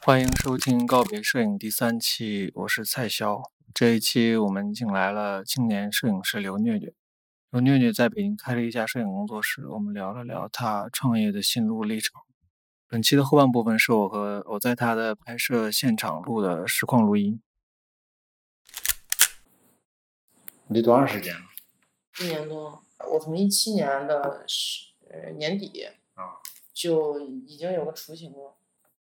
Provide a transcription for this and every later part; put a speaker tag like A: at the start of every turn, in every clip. A: 欢迎收听《告别摄影》第三期，我是蔡潇。这一期我们请来了青年摄影师刘虐虐。刘虐虐在北京开了一家摄影工作室，我们聊了聊他创业的心路历程。本期的后半部分是我和我在他的拍摄现场录的实况录音。
B: 离多长时间了？
C: 一年多，呃我从一七年的十呃年底
B: 啊
C: 就已经有个雏形了，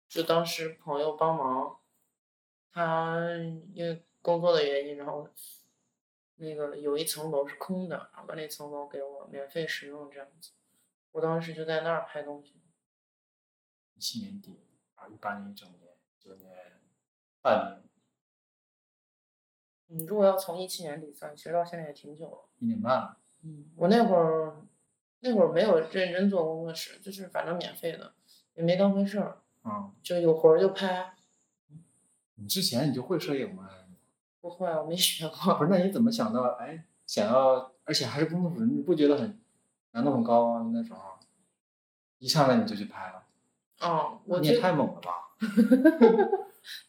C: 就当时朋友帮忙，他因为工作的原因，然后那个有一层楼是空的，然后把那层楼给我免费使用这样子，我当时就在那儿拍东西，
B: 一七年底，啊，一八年一整年，九年半年，
C: 嗯，如果要从一七年底算，其实到现在也挺久了。
B: 一年半了。
C: 嗯，我那会儿那会儿没有认真做工作室，就是反正免费的，也没当回事儿，
B: 嗯，
C: 就有活儿就拍。
B: 你之前你就会摄影吗？
C: 不会，我没学
B: 不
C: 过。
B: 是，那你怎么想到哎，想要，而且还是工作室，你不觉得很难度很高吗？那时候一上来你就去拍了，
C: 嗯，我
B: 你也
C: 就
B: 太猛了吧？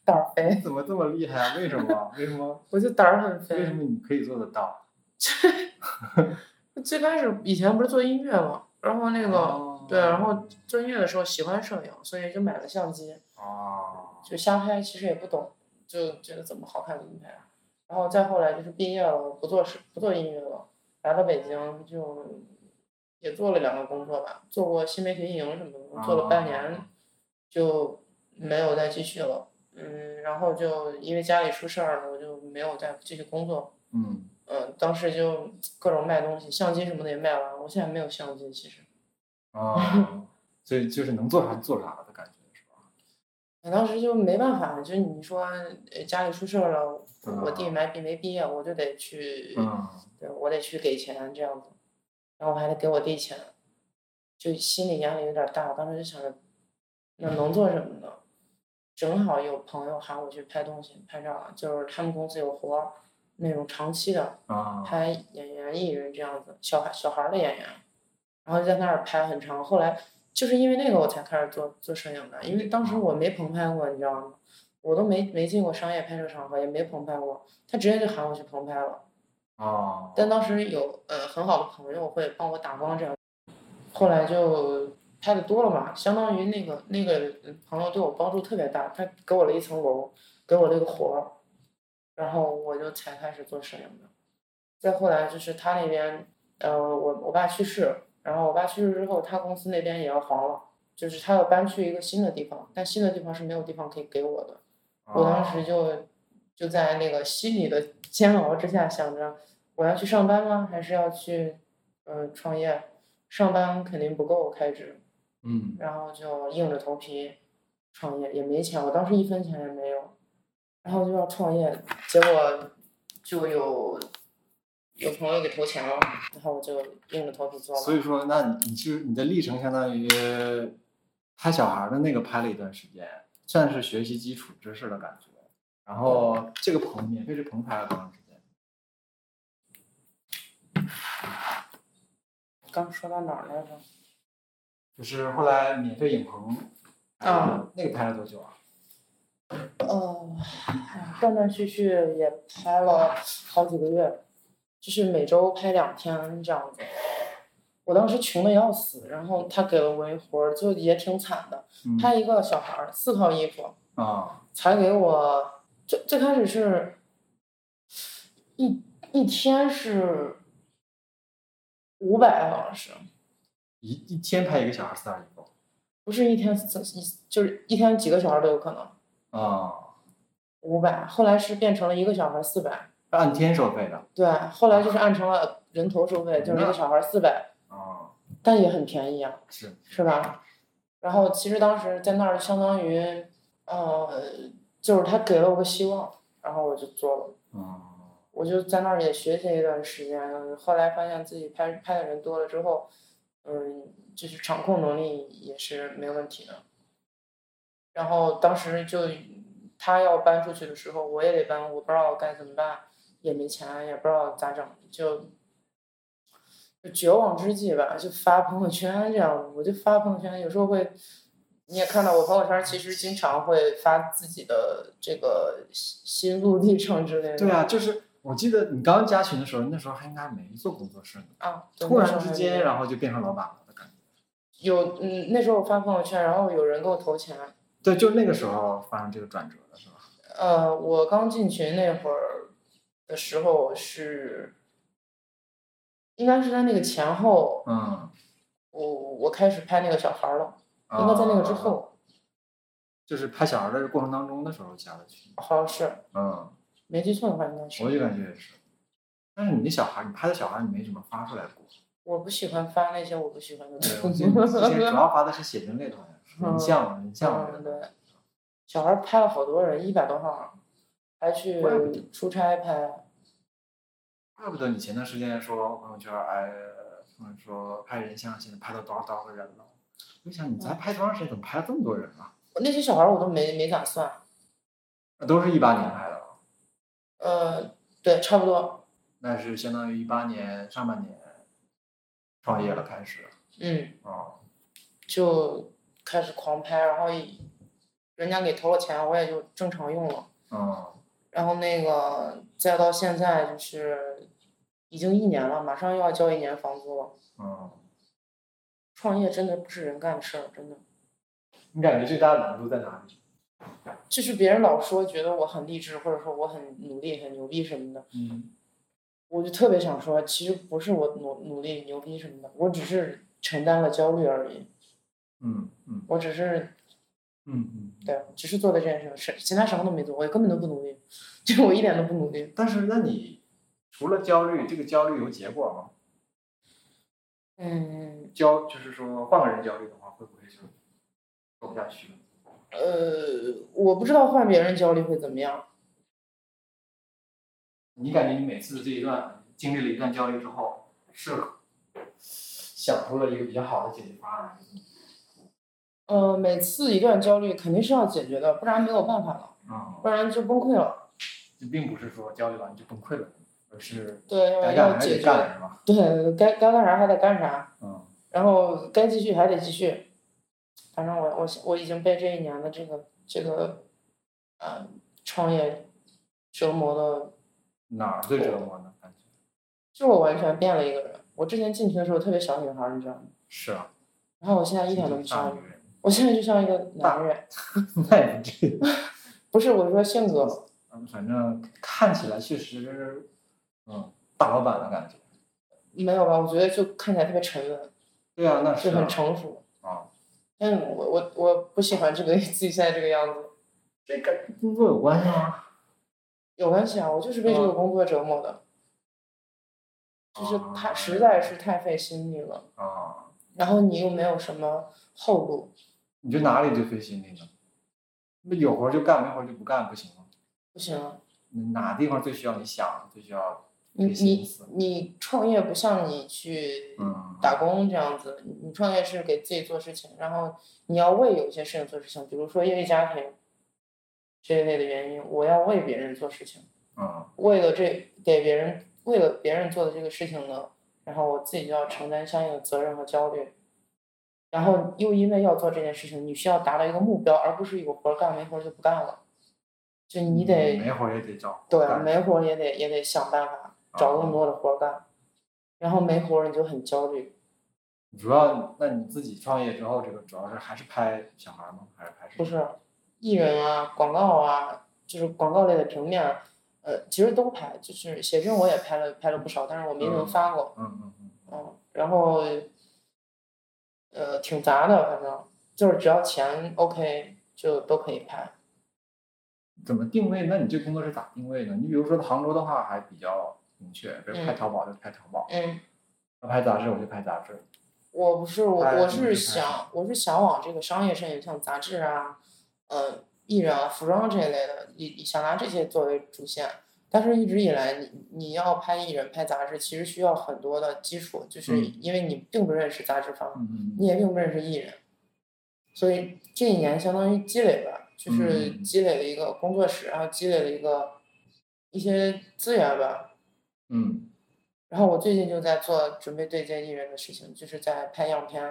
C: 胆儿肥
B: 你，怎么这么厉害啊？为什么？为什么？
C: 我就胆儿很
B: 为什
C: 肥。
B: 么你可以做得 到？
C: 最开始以前不是做音乐嘛，然后那个、
B: 哦
C: 对，然后做音乐的时候喜欢摄影，所以就买了相机，
B: 哦，
C: 就瞎拍，其实也不懂，就觉得怎么好看怎么拍。啊然后再后来就是毕业了，不做事不做音乐了，来到北京就也做了两个工作吧，做过新媒体运营什么的，做了半年
B: 啊
C: 就没有再继续了。嗯，然后就因为家里出事儿了，我就没有再继续工作。
B: 嗯，
C: 嗯，当时就各种卖东西，相机什么的也卖完了。我现在没有相机，其实。
B: 哦，所以就是能做啥就做啥的感觉是吧？
C: 我当时就没办法，就你说呃家里出事儿了，我弟没毕没毕业，我就得去，
B: 嗯，
C: 对我得去给钱这样子，然后我还得给我弟钱，就心理压力有点大。当时就想着，那能做什么呢？正好有朋友喊我去拍东西、拍照，啊就是他们公司有活儿，那种长期的，
B: 啊，
C: 拍演员、艺人这样子，小孩小孩儿的演员，然后就在那儿拍很长。后来就是因为那个我才开始做做摄影的，因为当时我没棚拍过，你知道吗？我都没没进过商业拍摄场合，也没棚拍过，他直接就喊我去棚拍了。
B: 哦，
C: 但当时有呃很好的朋友会帮我打光这样，后来就拍的多了嘛，相当于那个那个朋友对我帮助特别大，他给我了一层楼，给我了一个活儿，然后我就才开始做摄影的。再后来就是他那边，呃，我我爸去世，然后我爸去世之后，他公司那边也要黄了，就是他要搬去一个新的地方，但新的地方是没有地方可以给我的，我当
B: 啊
C: 时
B: 哦
C: 就就在那个心理的煎熬之下，想着我要去上班吗？还是要去呃创业？上班肯定不够开支，
B: 嗯，
C: 然后就硬着头皮创业，也没钱，我当时一分钱也没有，然后就要创业，结果就有有朋友给投钱了，然后我就硬着头皮做了。
B: 所以说，那你你就是你的历程相当于拍小孩儿的那个拍了一段时间，算是学习基础知识的感觉。然后这个棚免费是棚拍了多长时间？
C: 刚说到哪儿来着？
B: 就是后来免费影棚，
C: 啊，
B: 那个拍了多久啊？
C: 呃，哎断断续续也拍了好几个月，就是每周拍两天这样子。我当时穷的要死，然后他给了我一活儿，就也挺惨的。
B: 嗯
C: 拍一个小孩儿四套衣服，
B: 啊，
C: 才给我最最开始是一一天是五百，好像是
B: 一一天拍一个小孩四套衣服
C: 不是一天四就是一天几个小孩儿都有可能
B: 啊，
C: 五百。后来是变成了一个小孩四百，
B: 是按天收费的
C: 对，后来就是按成了人头收费，就是一个小孩四百，
B: 啊，
C: 但也很便宜啊，
B: 是
C: 是吧？然后其实当时在那儿相当于，呃，就是他给了我个希望，然后我就做了，
B: 啊，
C: 我就在那儿也学习一段时间，后来发现自己拍拍的人多了之后，嗯，就是场控能力也是没问题的。然后当时就他要搬出去的时候，我也得搬，我不知道该怎么办，也没钱，也不知道咋整，就就绝望之际吧，就发朋友圈这样，我就发朋友圈，有时候会。你也看到我朋友圈，其实经常会发自己的这个心心路历程之类的。
B: 对啊，就是我记得你刚加群的时候，那时候还应该没做工作室呢，
C: 啊，对
B: 突
C: 那时
B: 然
C: 候
B: 之
C: 还
B: 间，
C: 没
B: 然后就变成老板了的感觉。
C: 有嗯，那时候我发朋友圈，然后有人给我投钱。
B: 对，就那个时候发生这个转折的是吧？
C: 呃，我刚进群那会儿的时候是，应该是在那个前后，
B: 嗯，
C: 我我开始拍那个小孩儿了，应该在那个之
B: 啊，
C: 后，
B: 就是拍小孩的过程当中的时候加的群。
C: 好像是
B: 嗯，
C: 没记错的话，应该。
B: 我就是感觉也是。但是你那小孩，你拍的小孩，你没怎么发出来过。
C: 我不喜欢发那些我不喜欢的
B: 对，
C: 东
B: 我
C: 西
B: 觉。 得你之前主要发的是写真类的，好像是人像人像类
C: 嗯，
B: 的。
C: 对，小孩儿拍了好多人，一百多号，还去
B: 怪不得
C: 出差拍。
B: 怪不得你前段时间说朋友圈，哎，朋友说拍人像，现在拍到多少多少个人了？我想你
C: 嗯
B: 才拍多长时间，怎么拍了这么多人啊？
C: 我那些小孩儿我都没没咋算，
B: 都是一八年拍的啊，
C: 呃，对，差不多，
B: 那是相当于一八年上半年创业了开始
C: 嗯，
B: 啊、
C: 就开始狂拍，然后一人家给投了钱，我也就正常用了。
B: 嗯
C: 然后那个再到现在就是已经一年了，马上又要交一年房租了。
B: 嗯，
C: 创业真的不是人干的事儿，真的。
B: 你感觉最大的难度在哪里？
C: 就是别人老说觉得我很励志，或者说我很努力、很牛逼什么的，
B: 嗯，
C: 我就特别想说，其实不是我努努力牛逼什么的，我只是承担了焦虑而已，
B: 嗯嗯
C: 我只是
B: 嗯嗯，
C: 对，只是做了这件事情，是其他什么都没做，我根本都不努力， 就我一点都不努力。
B: 但是那你除了焦虑，这个焦虑有结果吗？
C: 嗯，
B: 焦就是说换个人焦虑的话，会不会就做不下去了？
C: 呃，我不知道换别人焦虑会怎么样，
B: 你感觉你每次这一段经历了一段焦虑之后，是想出了一个比较好的解决方案？
C: 呃，每次一段焦虑肯定是要解决的，不然没有办法了，
B: 嗯，
C: 不然就崩溃了。
B: 就并不是说焦虑完就崩溃了，而是
C: 对，
B: 该干
C: 要
B: 还是
C: 解
B: 得
C: 决，
B: 干，是吧？
C: 对，该该干啥还得干啥，
B: 嗯
C: 然后该继续还得继续。反正我我我已经被这一年的这个这个，呃，创业折磨的，
B: 哪儿最折磨呢？感觉
C: 就我完全变了一个人。我之前进去的时候特别小女孩儿，你知道吗？
B: 是啊，
C: 然后我现在一点都不像，我现在就像一个男人。
B: 那也这个，
C: 不是我说性格，
B: 嗯反正看起来确实，嗯，大老板的感觉。
C: 没有吧？我觉得就看起来特别沉稳，
B: 对啊，那是
C: 就
B: 啊
C: 很成熟。
B: 啊。
C: 但是我我我不喜欢这个 自己现在这个样子，
B: 这跟工作有关系吗？
C: 有关系啊！我就是被这个
B: 嗯
C: 工作折磨的，就是他实在是太费心力了，
B: 啊，
C: 然后你又没有什么后路，
B: 你觉得哪里最费心力呢？那有活儿就干，没活儿就不干，不行吗？
C: 不行啊。
B: 哪地方最需要你想，最需要
C: 你
B: 费心
C: 你
B: 思？
C: 你创业不像你去
B: 嗯，
C: 打工这样子，你创业是给自己做事情，然后你要为有一些事情做事情，比如说因为家庭这一类的原因，我要为别人做事情，
B: 嗯
C: 为了这给别人为了别人做的这个事情呢，然后我自己就要承担相应的责任和焦虑，然后又因为要做这件事情，你需要达到一个目标，而不是有活儿干没活儿就不干了，就你得
B: 嗯没活儿也得找，
C: 对，
B: 干啊嗯
C: 没活儿也得也得想办法找更多的活儿干，然后没活儿你就很焦虑。
B: 主要那你自己创业之后，这个主要是还是拍小孩儿吗？还是拍什么？
C: 不是，艺人啊、广告啊，就是广告类的平面，呃，其实都拍，就是写真我也拍了拍了不少，但是我没能
B: 嗯
C: 发过，
B: 嗯嗯嗯，
C: 嗯，然后呃挺杂的，反正就是只要钱 OK 就都可以拍。
B: 怎么定位？那你这工作是咋定位呢？你比如说杭州的话还比较明确，比如拍
C: 嗯
B: 淘宝就拍淘宝，
C: 嗯，
B: 要拍杂志我就拍杂志。
C: 我不是我
B: 拍了
C: 我
B: 你就是拍
C: 想我是想往这个商业摄影，像杂志啊，呃，艺人啊、服装这一类的，你想拿这些作为主线。但是，一直以来，你你要拍艺人、拍杂志，其实需要很多的基础，就是
B: 嗯
C: 因为你并不认识杂志方，
B: 嗯
C: 你也并不认识艺人，所以这一年相当于积累吧，就是
B: 嗯
C: 积累了一个工作室，然后积累了一个一些资源吧。
B: 嗯
C: 然后我最近就在做准备对接艺人的事情，就是在拍样片。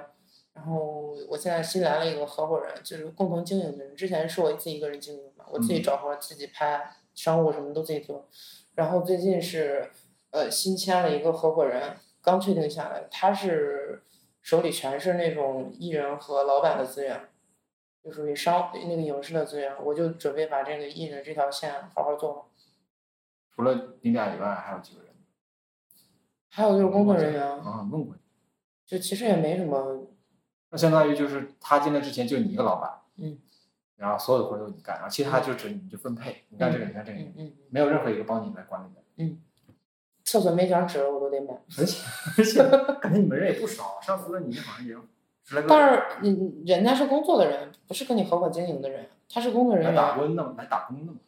C: 然后我现在新来了一个合伙人，就是共同经营的人。之前是我自己一个人经营嘛，我自己
B: 嗯
C: 找活，自己拍，商务什么都自己做。然后最近是呃新签了一个合伙人，刚确定下来，他是手里全是那种艺人和老板的资源，就属于商那个影视的资源。我就准备把这个艺人这条线好好做好。
B: 除了你俩以外，还有几个人？
C: 还有就是工作人员，
B: 啊，弄过去。
C: 就其实也没什么
B: 那相当于就是他进来之前就你一个老板，
C: 嗯，
B: 然后所有的活都你干，然后其他就只你就分配，你干这个，你干这个，
C: 嗯嗯，嗯
B: 没有任何一个帮你来管理的。
C: 厕所没墙纸我都得买。
B: 而且而且，感觉你们人也不少，上次问你好像也有十来个人
C: 但是你人家是工作的人，不是跟你合伙经营的人，他是工作人
B: 来打
C: 员，
B: 工的嘛，来打工的嘛。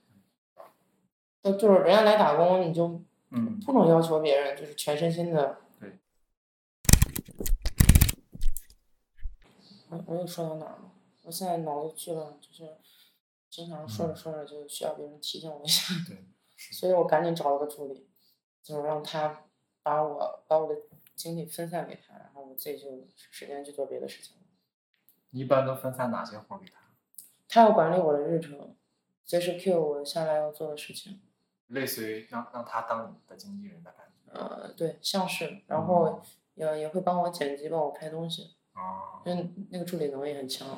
C: 都就是人家来打工，你就
B: 嗯，
C: 不能要求别人就是全身心的。
B: 对。
C: 我我又说到哪儿了？我现在脑子去了，就是经常说
B: 嗯
C: 着说着就需要别人提醒我一下，
B: 对，
C: 所以我赶紧找了个助理，就是让他把我把我的精力分散给他，然后我自己就时间去做别的事情。
B: 你一般都分散哪些活给他？
C: 他要管理我的日程，随时 cue 我下来要做的事情。
B: 类似于让让他当你的经纪人的感觉。
C: 呃，对，像是，然后也也会帮我剪辑，帮我拍东西，
B: 啊，
C: 因为那个助理能力很强。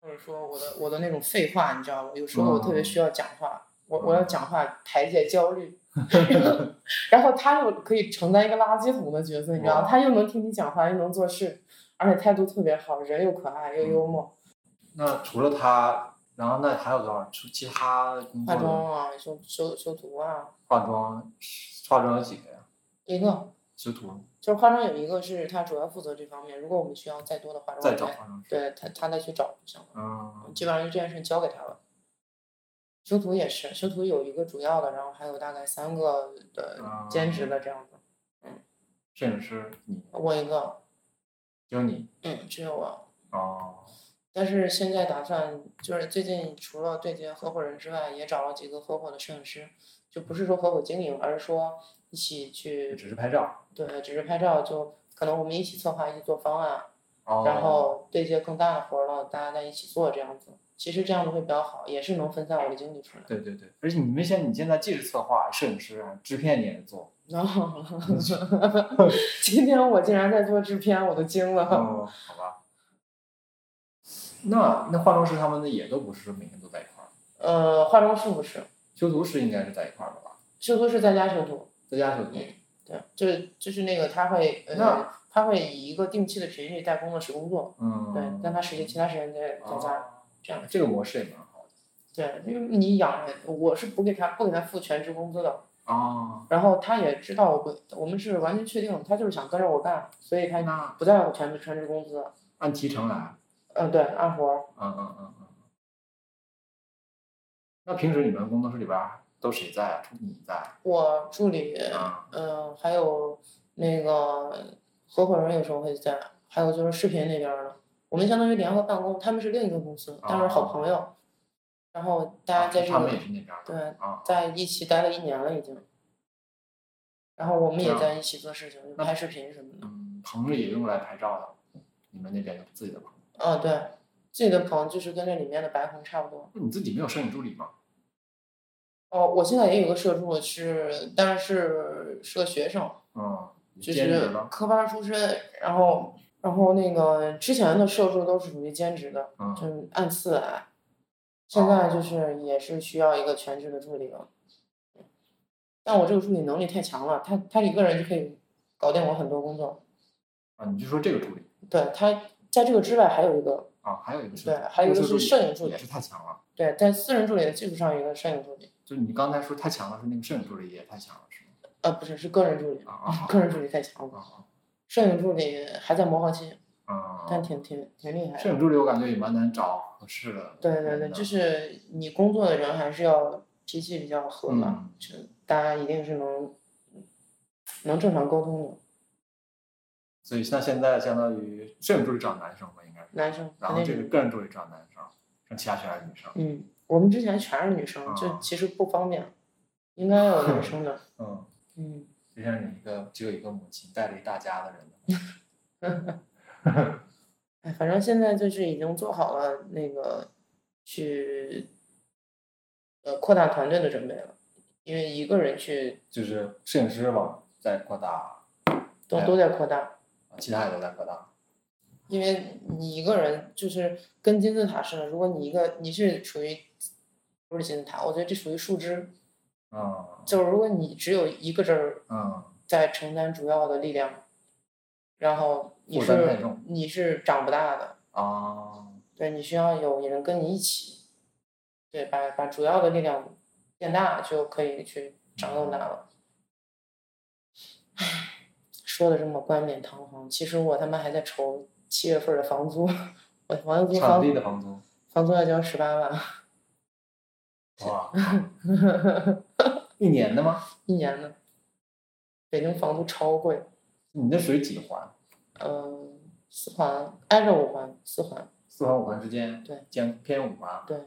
C: 或者说我的我的那种废话，你知道吗？有时候我特别需要讲话，我我要讲话排解焦虑， 然后他又可以承担一个垃圾桶的角色，你知道吗？他又能听你讲话，又能做事，而且态度特别好，人又可爱又幽默。
B: 那除了他，然后那还有多少？除其他工作
C: 化
B: 的
C: 妆啊，修修修图啊，
B: 化妆，化妆有几个呀？
C: 一个
B: 修图，
C: 就是化妆有一个是他主要负责这方面，如果我们需要再多的化妆
B: 再
C: 人
B: 找
C: 员，
B: 化妆师。
C: 对他他再去找就行了。
B: 嗯，
C: 基本上就这件事交给他了。修图也是，修图有一个主要的，然后还有大概三个的
B: 啊
C: 兼职的这样子。
B: 摄影师你，
C: 我一个，
B: 就你。
C: 嗯，只有我。
B: 哦，
C: 但是现在打算就是最近除了对接合伙人之外，也找了几个合伙的摄影师，就不是说合伙经营，而是说一起去
B: 只是拍照。
C: 对，只是拍照，就可能我们一起策划、一起做方案，啊
B: 哦。
C: 然后对接更大的活儿了，大家在一起做这样子。其实这样子会比较好，也是能分散我的精力 出来。
B: 对对对，而且你们现在你现在既是策划、摄影师、制片你也做，
C: 然后今天我竟然在做制片，我都惊了。
B: 哦，好吧。那那化妆师他们的也都不是每天都在一块儿，
C: 呃，化妆师不是，
B: 修图师应该是在一块儿的吧？
C: 修图是在家修图，
B: 在家修图，
C: 对，就是就是那个他会呃
B: 那，
C: 他会以一个定期的频率在工作室工作，
B: 嗯，
C: 对，但他实际其他时间在在家，
B: 哦
C: 这样
B: 这个模式也蛮好
C: 对，因为你养人，我是不给他不给他付全职工资的，
B: 的。哦，
C: 然后他也知道我不，我们是完全确定，他就是想跟着我干，所以他
B: 那
C: 不在乎全职全职工资，
B: 按提成来，
C: 嗯，对，按活儿。
B: 嗯嗯嗯嗯。那平时你们工作室里边儿都谁在啊？除你在
C: 我助理，
B: 啊？
C: 嗯，还有那个合伙人有时候会在，还有就是视频那边儿的，我们相当于联合办公，他们是另一个公司，
B: 哦
C: 但是好朋友，然后大家在
B: 啊
C: 这
B: 他
C: 个
B: 们也是那边儿的
C: 对
B: 啊。
C: 在一起待了一年了已经，然后我们也在一起做事情，就
B: 啊那
C: 拍视频什么的。
B: 嗯，棚里也用来拍照的，你们那边的自己的棚。
C: 嗯，对，自己的棚就是跟这里面的白棚差不多。
B: 那你自己没有摄影助理吗？
C: 哦，我现在也有个社助是，但是是个学生，
B: 嗯，
C: 就
B: 兼职
C: 是
B: 了。
C: 科班儿出身，然后然后那个之前的社畜都是属于兼职的，就
B: 嗯，
C: 是按次来。现在
B: 哦
C: 就是也是需要一个全职的助理了，但我这个助理能力太强了，他他一个人就可以搞定我很多工作。
B: 啊，你就说这个助理
C: 对他在这个之外还有一个，
B: 啊，还有一个是，
C: 对，还有一
B: 这
C: 个
B: 助
C: 是
B: 理
C: 摄影助理
B: 也，是太强了。
C: 对，在私人助理的基础上有一个摄影助理，
B: 就是你刚才说太强了，是那个摄影助理也太强了，是吗？
C: 呃，不是是个人助理，
B: 啊啊
C: 个人助理太强
B: 啊
C: 了，
B: 啊
C: 摄影助理还在磨合期，
B: 啊啊！
C: 但挺挺挺厉害的。
B: 摄影助理我感觉也蛮难找合适的。
C: 对对对，就是你工作的人还是要脾气比较和嘛，
B: 嗯
C: 就大家一定是能能正常沟通的。
B: 所以那现在相当于摄影助理找男生吧，应该是。
C: 男生
B: 然
C: 肯
B: 后
C: 定
B: 这个
C: 是，
B: 个人助理找男生，剩其他全是女生。
C: 嗯，我们之前全是女生，
B: 啊
C: 就其实不方便，应该有 男生的，
B: 嗯，
C: 嗯，
B: 就像你一个只有一个母亲带着一大家的人，
C: 哎，反正现在就是已经做好了那个去呃扩大团队的准备了，因为一个人去
B: 就是摄影师往在扩大，
C: 都
B: 哎
C: 都在扩大，
B: 其他也都在扩大。
C: 因为你一个人就是跟金字塔似的，如果你一个你是属于不是金字塔，我觉得这属于树枝，
B: 嗯
C: 就是如果你只有一个人儿
B: 嗯，
C: 在承担主要的力量，然后你
B: 负担太
C: 是
B: 重
C: 你是长不大的，
B: 啊，
C: 对你需要有人跟你一起，对，把把主要的力量变大就可以去长更大了。唉，说的这么冠冕堂皇，其实我他妈还在愁七月份的房租， 我房租
B: 场
C: 房
B: 地的房租
C: 房租要交十八万，
B: 哇，一年的吗？
C: 一年呢，北京房租超贵，
B: 你那属于几环？
C: 嗯、四环挨着五环，四环，
B: 四环五环之间？
C: 对，
B: 将偏五环。
C: 对，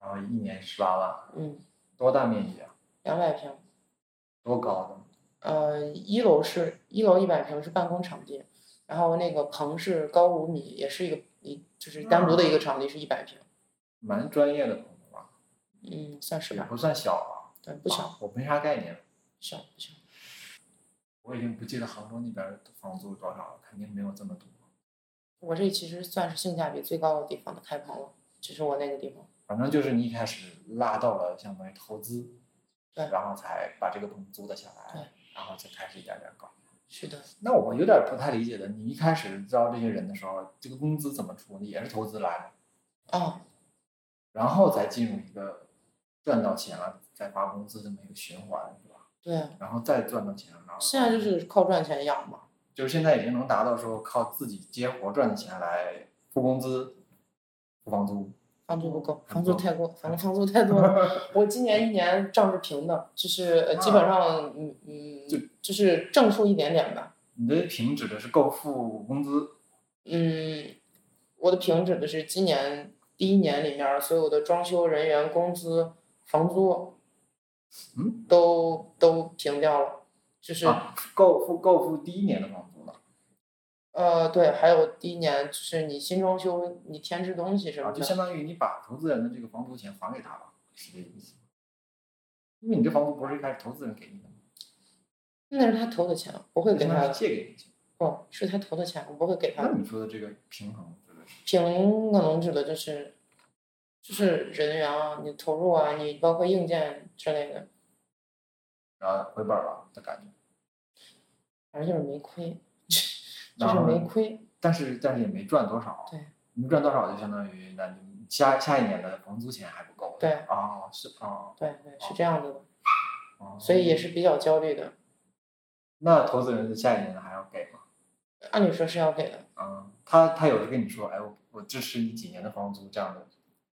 B: 然后一年十八万，
C: 嗯，
B: 多大面积啊？
C: 两百平，
B: 多高的？
C: 呃，一楼是一楼一百平是办公场地，然后那个棚是高五米，也是一个一就是单独的一个场地是一百平，
B: 蛮专业的朋友吧，
C: 嗯，算是
B: 也
C: 吧，
B: 不算小啊。
C: 对，不小，
B: 啊我没啥概念，
C: 小不小，
B: 我已经不记得杭州那边的房租多少了，肯定没有这么多。
C: 我这其实算是性价比最高的地方的开棚了，就是我那个地方，
B: 反正就是你一开始拉到了相当于投资，
C: 对
B: 然后才把这个棚租了下
C: 对
B: 来，然后再开始一点点搞。
C: 是的，
B: 那我有点不太理解的，你一开始招这些人的时候，这个工资怎么出？也是投资来的，
C: 哦，
B: 然后再进入一个赚到钱了再发工资这么一个循环，是吧？
C: 对啊，
B: 然后再赚到钱了，然后
C: 现在就是靠赚钱养嘛，
B: 就是现在已经能达到说靠自己接活赚的钱来付工资、付房租，
C: 房租不够，
B: 很
C: 房租
B: 多
C: 太过，反正房租太多了。我今年一年账是平的，就是呃基本上嗯嗯
B: 就
C: 就是正负一点点吧。
B: 你的平指的是够付工资，
C: 嗯，我的评指的是今年第一年里面儿所有的装修人员工资、房租，
B: 嗯，
C: 都都平掉了，就是、
B: 啊，够付够付第一年的房租了，
C: 呃对，还有第一年就是你新装修，你添置东西什么
B: 啊，就
C: 的，
B: 相当于你把投资人的这个房租钱还给他了，是这意思吗。因为你这房租不是一开始投资人给你的吗，
C: 那是他投的钱，不会
B: 就
C: 给
B: 相
C: 他
B: 当于
C: 的，
B: 借给你钱。
C: 不是他投的钱，我不会给他
B: 那
C: 的。
B: 你说的这个平衡，指的是
C: 平可能指的就是就是人员啊，你投入啊，你包括硬件之类的，
B: 然后回本了的感觉。
C: 反正就是没亏， 就
B: 然
C: 是
B: 后
C: 没
B: 呢
C: 亏，
B: 但是但是也没赚多少。
C: 对，
B: 没赚多少就相当于那你下下一年的房租钱还不够。
C: 对
B: 哦，是哦
C: 对对，是这样子的。
B: 哦，
C: 所以也是比较焦虑的。
B: 那投资人的下一年还要给吗？
C: 按理说是要给的，
B: 嗯，他他有时跟你说，哎，我我支持你几年的房租这样的，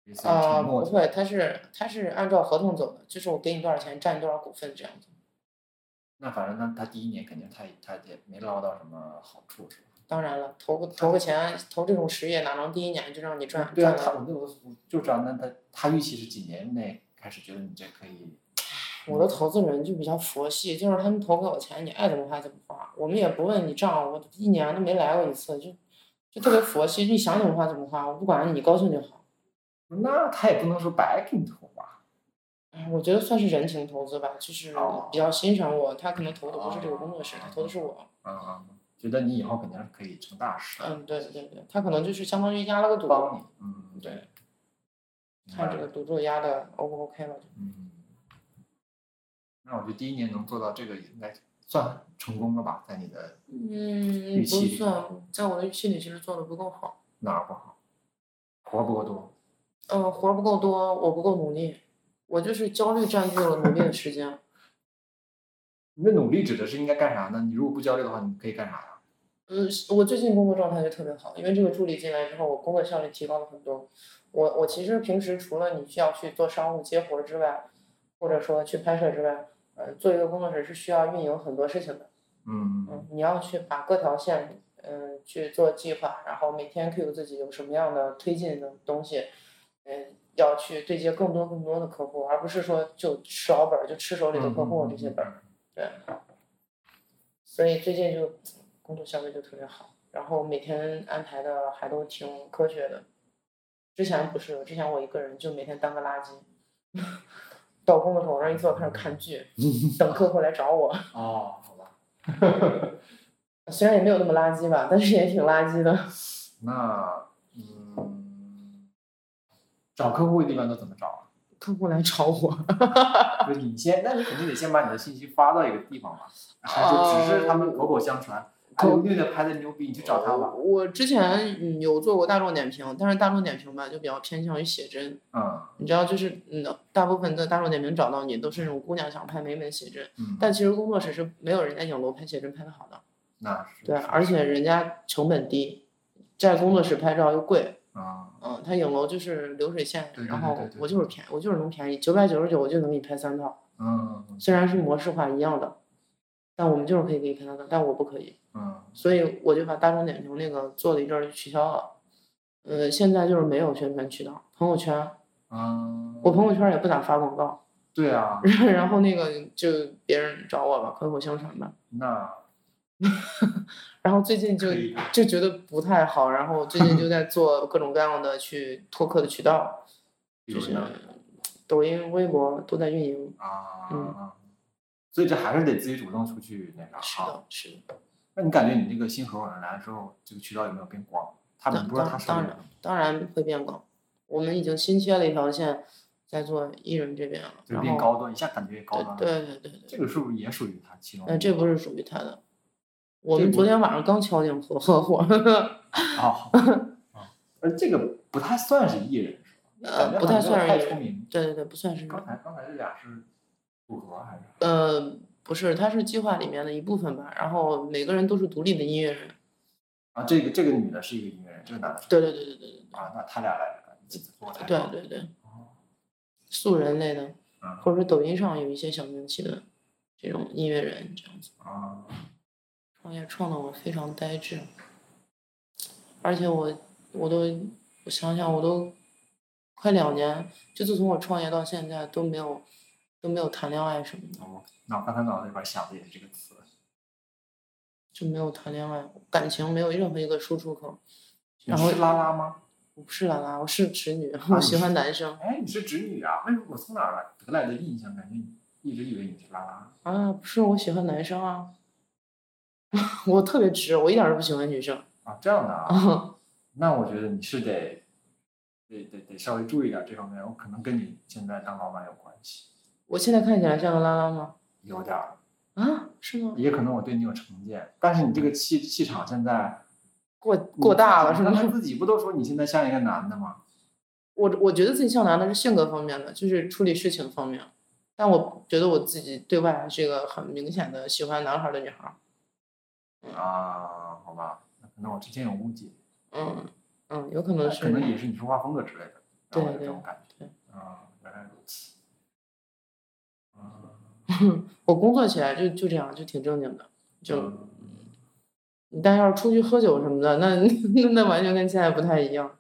B: 类似于
C: 啊、
B: 承诺
C: 不
B: 的
C: 会，他是他是按照合同走的，就是我给你多少钱占你多少股份这样子。
B: 那反正他他第一年肯定他他也没捞到什么好处，是吧？
C: 当然了，投个投个钱，投这种实业，哪能第一年就让你赚
B: 对啊，
C: 赚
B: 他
C: 了？
B: 我我我就知道，那他他预期是几年内开始觉得你这可以。
C: 我的投资人就比较佛系，就是他们投给我钱，你爱怎么花怎么花，我们也不问你账，我一年都没来过一次，就就特别佛系，你想怎么花怎么花，我不管你高兴就好。
B: 那他也不能说白给你投吧？
C: 哎，我觉得算是人情投资吧，就是
B: 哦
C: 比较欣赏我，他可能投的不是这个工作室，他投的是我。
B: 嗯嗯，嗯觉得你以后肯定是可以成大事。
C: 嗯，对对对，他可能就是相当于压了个赌，
B: 帮你，嗯，
C: 对，
B: 明白
C: 看这个
B: 了，
C: 赌注压的 O 不 OK 了。
B: 嗯，那我觉得第一年能做到这个也应该算成功了吧，在你的
C: 嗯，
B: 预
C: 不
B: 期
C: 算，在我的预期里其实做的不够好，
B: 哪儿不好，活不够多，
C: 呃，活儿不够多，我不够努力，我就是焦虑占据了努力的时间。
B: 你的努力指的是应该干啥呢？你如果不焦虑的话，你可以干啥呀？
C: 呃，我最近工作状态就特别好，因为这个助理进来之后，我工作效率提高了很多。我我其实平时除了你需要去做商务接活儿之外，或者说去拍摄之外，呃，做一个工作室是需要运营很多事情的。
B: 嗯
C: 嗯，你要去把各条线，嗯、去做计划，然后每天 Q 自己有什么样的推进的东西，要去对接更多更多的客户，而不是说就少本儿就吃手里
B: 嗯
C: 的客户这些本儿。所以最近就工作效率就特别好，然后每天安排的还都挺科学的。之前不是，之前我一个人就每天当个垃圾，到工作室往那儿一坐开始看剧，等客户来找我。
B: 哦，好吧，
C: 虽然也没有那么垃圾吧，但是也挺垃圾的。
B: 那嗯，找客户一般都怎么找啊？
C: 客户来找我，
B: 不是你先，那你肯定得先把你的信息发到一个地方吧，还是只是他
C: 哦
B: 们口口相传？哎，
C: 口
B: 虐的拍的牛逼，你去 找他吧。
C: 我之前嗯有做过大众点评，但是大众点评吧就比较偏向于写真，
B: 嗯
C: 你知道，就是嗯，大部分的大众点评找到你都是那种姑娘想拍美美写真，
B: 嗯，
C: 但其实工作室是没有人家影楼拍写真拍的好的，
B: 那是
C: 对，啊而且人家成本低，在工作室拍照又贵，
B: 啊，
C: 嗯，他影楼就是流水线
B: 对，对
C: 然
B: 对
C: 后
B: 对对
C: 我就是便我就是能便宜，九百九十九我就能给你拍三套，
B: 嗯嗯
C: 虽然是模式化一样的，但我们就是可以给你拍三套，但我不可以，
B: 嗯
C: 所以我就把大众点评那个做了一阵儿就取消了，呃，现在就是没有宣传渠道，朋友圈，
B: 嗯，
C: 我朋嗯友圈也不咋发广告。
B: 对啊，
C: 然后那个就别人找我吧，口口相传吧。
B: 那
C: 然后最近就
B: 可以的
C: 就觉得不太好，然后最近就在做各种各样的去拓客的渠道，
B: 比
C: 就
B: 如
C: 是
B: 呢
C: 抖音、微博都在运营。
B: 啊，
C: 嗯
B: 所以这还是得自己主动出去那啥
C: 是
B: 哈。
C: 的，是的，
B: 那你感觉你那个新合伙人来了之后，这个渠道有没有变广？他们
C: 当
B: 不知道他
C: 当
B: 手
C: 当
B: 里
C: 然当然会变广。我们已经新切了一条线，在做艺人这边了，
B: 就
C: 然
B: 变
C: 后
B: 高端，一下感觉高端了。
C: 对对对对对，
B: 这个是不是也属于他其中的一
C: 但呃这
B: 个？
C: 不是属于他的。我
B: 这
C: 们
B: 不
C: 昨天晚上刚敲定合合伙， 呃
B: 啊，啊而这个不太算是艺人，是吧？感觉
C: 呃，不
B: 好
C: 太
B: 像
C: 算
B: 太
C: 是艺
B: 出
C: 人，嗯
B: 名。
C: 对对对，不算是艺人
B: 刚才刚才这俩是组合还是？
C: 呃，不是，它是计划里面的一部分吧。然后每个人都是独立的音乐人。
B: 啊，这个这个女的是一个音乐人，这个男的是
C: 对对对对对
B: 啊，那他俩来了，一起做才
C: 对
B: 好
C: 对对对，
B: 哦
C: 素人类的，
B: 嗯
C: 或者说抖音上有一些小名气的这种音乐人，这样子
B: 啊，
C: 创业创的我非常呆滞，而且我我都我想想我都快两年，就自从我创业到现在都没有都没有谈恋爱什么的，
B: 那我那我刚才脑子里边想的也是这个词。
C: 就没有谈恋爱，感情没有任何一个输出口。
B: 你
C: 然后
B: 是拉拉吗？
C: 我不是啦啦，我是直女，
B: 你
C: 我喜
B: 是
C: 欢男生。
B: 哎，你是直女啊？为什么我从哪儿来得来的印象？感觉你一直以为你是拉拉。
C: 啊，不是我喜欢男生啊， 我特别直，我一点儿都不喜欢女生
B: 啊，这样的啊，
C: 啊。
B: 那我觉得你是得，得得得稍微注意点这方面，我可能跟你现在当老板有关系，
C: 我现在看起来像个拉拉吗？
B: 有点儿，
C: 啊，是吗？
B: 也可能我对你有成见，但是你这个气气场现在
C: 过过大了是
B: 他们
C: 吗？
B: 自己不都说你现在像一个男的吗？
C: 我我觉得自己像男的是性格方面的，就是处理事情方面，但我觉得我自己对外还是一个很明显的喜欢男孩儿的女孩儿。
B: 啊，好吧，那可能我之前有误解，
C: 嗯嗯，有可能是
B: 可能也是你说话风格之类的，让我有
C: 对
B: 这种
C: 对
B: 感觉
C: 对。
B: 啊，原来如此。啊，
C: 我工作起来就就这样，就挺正经的，就
B: 嗯
C: 但要是出去喝酒什么的，那那那完全跟现在不太一样，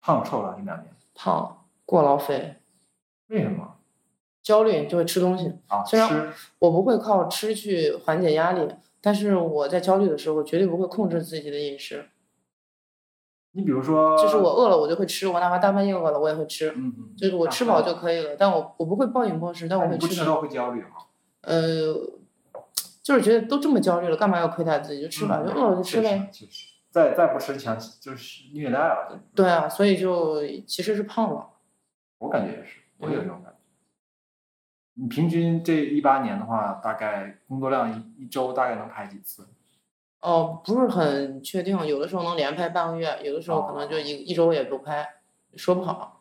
B: 胖瘦了这两年，
C: 胖过劳肥。
B: 为什么
C: 焦虑就会吃东西，
B: 啊？
C: 虽然
B: 吃
C: 我不会靠吃去缓解压力，但是我在焦虑的时候，我绝对不会控制自己的饮食。
B: 你比如说，
C: 就是我饿了，我就会吃，我哪怕大半夜饿了，我也会吃。
B: 嗯，嗯嗯，
C: 就是我
B: 那
C: 吃
B: 还
C: 饱
B: 有
C: 就可以了，但我我不会暴饮暴食，但我
B: 那
C: 会
B: 你不
C: 吃
B: 吃
C: 的。
B: 到会焦虑啊哈。
C: 呃，就是觉得都这么焦虑了，干嘛要亏待自己？就吃吧，就饿了就吃呗。。
B: 嗯确实，再再不吃想就是虐待了。
C: 对啊，所以就其实是胖了。
B: 我感觉也是，我有这种感觉。你平均这一八年的话，大概工作量一一周大概能排几次？
C: 哦，不是很确定，有的时候能连拍半个月，有的时候可能就一、一周也不拍，说不好。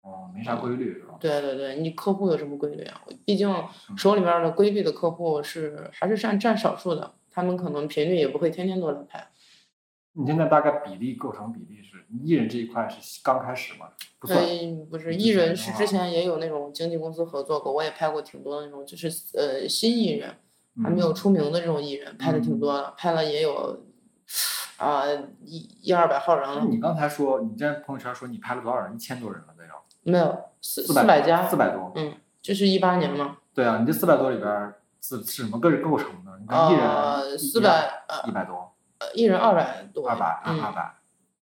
B: 哦，没啥规律是吧？
C: 对对对，你客户有什么规律啊？毕竟
B: 嗯
C: 手里面的规律的客户是还是占占少数的，他们可能频率也不会天天都来拍。
B: 你现在大概比例构成比例是，你艺人这一块是刚开始吗？不
C: 所
B: 算。
C: 以不是
B: 你
C: 艺
B: 之前
C: 人
B: 的
C: 是
B: 话
C: 之前也有那种经纪公司合作过，我也拍过挺多的那种，就是呃新艺人还没有
B: 嗯
C: 出名的这种艺人，拍的挺多的，拍了也有啊、一一二百号人
B: 那
C: 了，
B: 你刚才说你在朋友圈说你拍了多少人？一千多人了得有，
C: 没有四
B: 四
C: 百家，
B: 四百多。
C: 嗯，就是一八年嘛，
B: 对啊，你这四百多里边儿是是什么个构成的？你看一
C: 啊
B: 人，
C: 四百呃
B: 一百多，
C: 一人二百多，
B: 二百啊二
C: 嗯，
B: 百，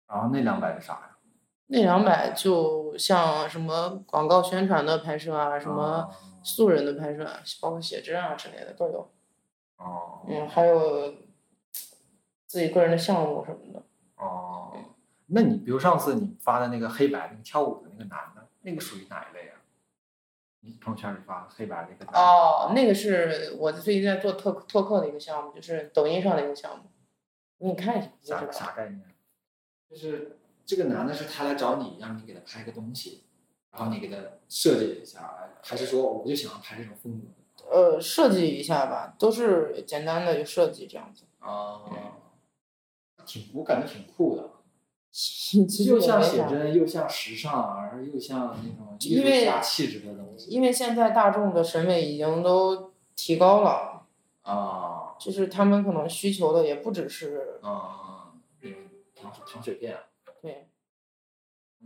B: 然后那两百是啥呀？
C: 那两百就像什么广告宣传的拍摄啊，什么
B: 哦？
C: 素人的拍摄啊，包括写真啊之类的都有，
B: 哦
C: 嗯，还有自己个人的项目什么的，
B: 哦，那你比如上次你发的那个黑白那个跳舞的那个男的，那个属于哪一类啊？你朋友圈里发的黑白那个男的
C: 哦，那个是我最近在做拓拓客的一个项目，就是抖音上的一个项目，你看一下你就知
B: 啥
C: 道了。
B: 啥概念？就是这个男的是他来找你，让你给他拍个东西，然后你给他设计一下，还是说我就想要拍这种风格的？
C: 呃，设计一下吧，都是简单的有设计这样 子。
B: 啊，挺我感觉挺酷的，
C: 其实
B: 又
C: 也
B: 像
C: 没
B: 写
C: 啥，
B: 真，又像时尚，而又像那种艺
C: 因
B: 术
C: 为
B: 家气质的东西
C: 因为现在大众的审美已经都提高了，
B: 啊
C: 就是他们可能需求的也不只是
B: 啊，嗯糖水糖水片啊。
C: 对，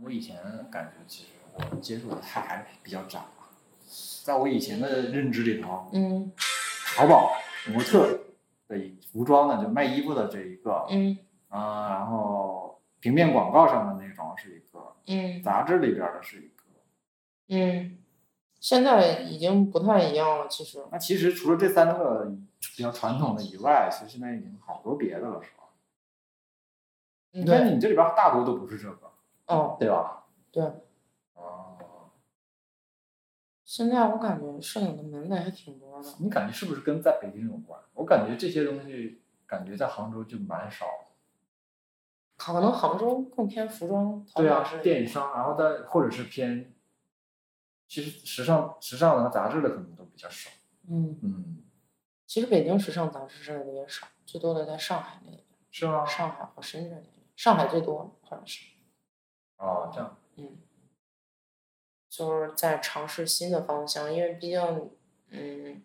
B: 我以前感觉其实我接触的还还比较窄吧，在我以前的认知里头，
C: 嗯
B: 淘宝模特的服装呢，就卖衣服的这一个，
C: 嗯
B: 啊，然后平面广告上的那种是一个，
C: 嗯
B: 杂志里边儿的是一个。
C: 嗯，现在已经不太一样了，其实。
B: 那其实除了这三个比较传统的以外，其实现在已经好多别的了，是吧？
C: 嗯
B: 但
C: 对，
B: 是你这里边儿大多都不是这个，
C: 哦，
B: 对吧？
C: 对。
B: 哦，
C: 现在我感觉摄影的门类还挺多的。
B: 你感觉是不是跟在北京有关？我感觉这些东西，感觉在杭州就蛮少的。
C: 可能杭州更偏服装、淘
B: 对啊
C: 宝之，类的。
B: 电商，然后再或者是偏，其实时尚、时尚的和杂志的可能都比较少。
C: 嗯，
B: 嗯，
C: 其实北京时尚杂志之类的也少，最多的在上海那边，
B: 是啊吗？
C: 上海和深圳那边，上海最多好像是。
B: 哦，这样。
C: 嗯，就是在尝试新的方向，因为毕竟，嗯，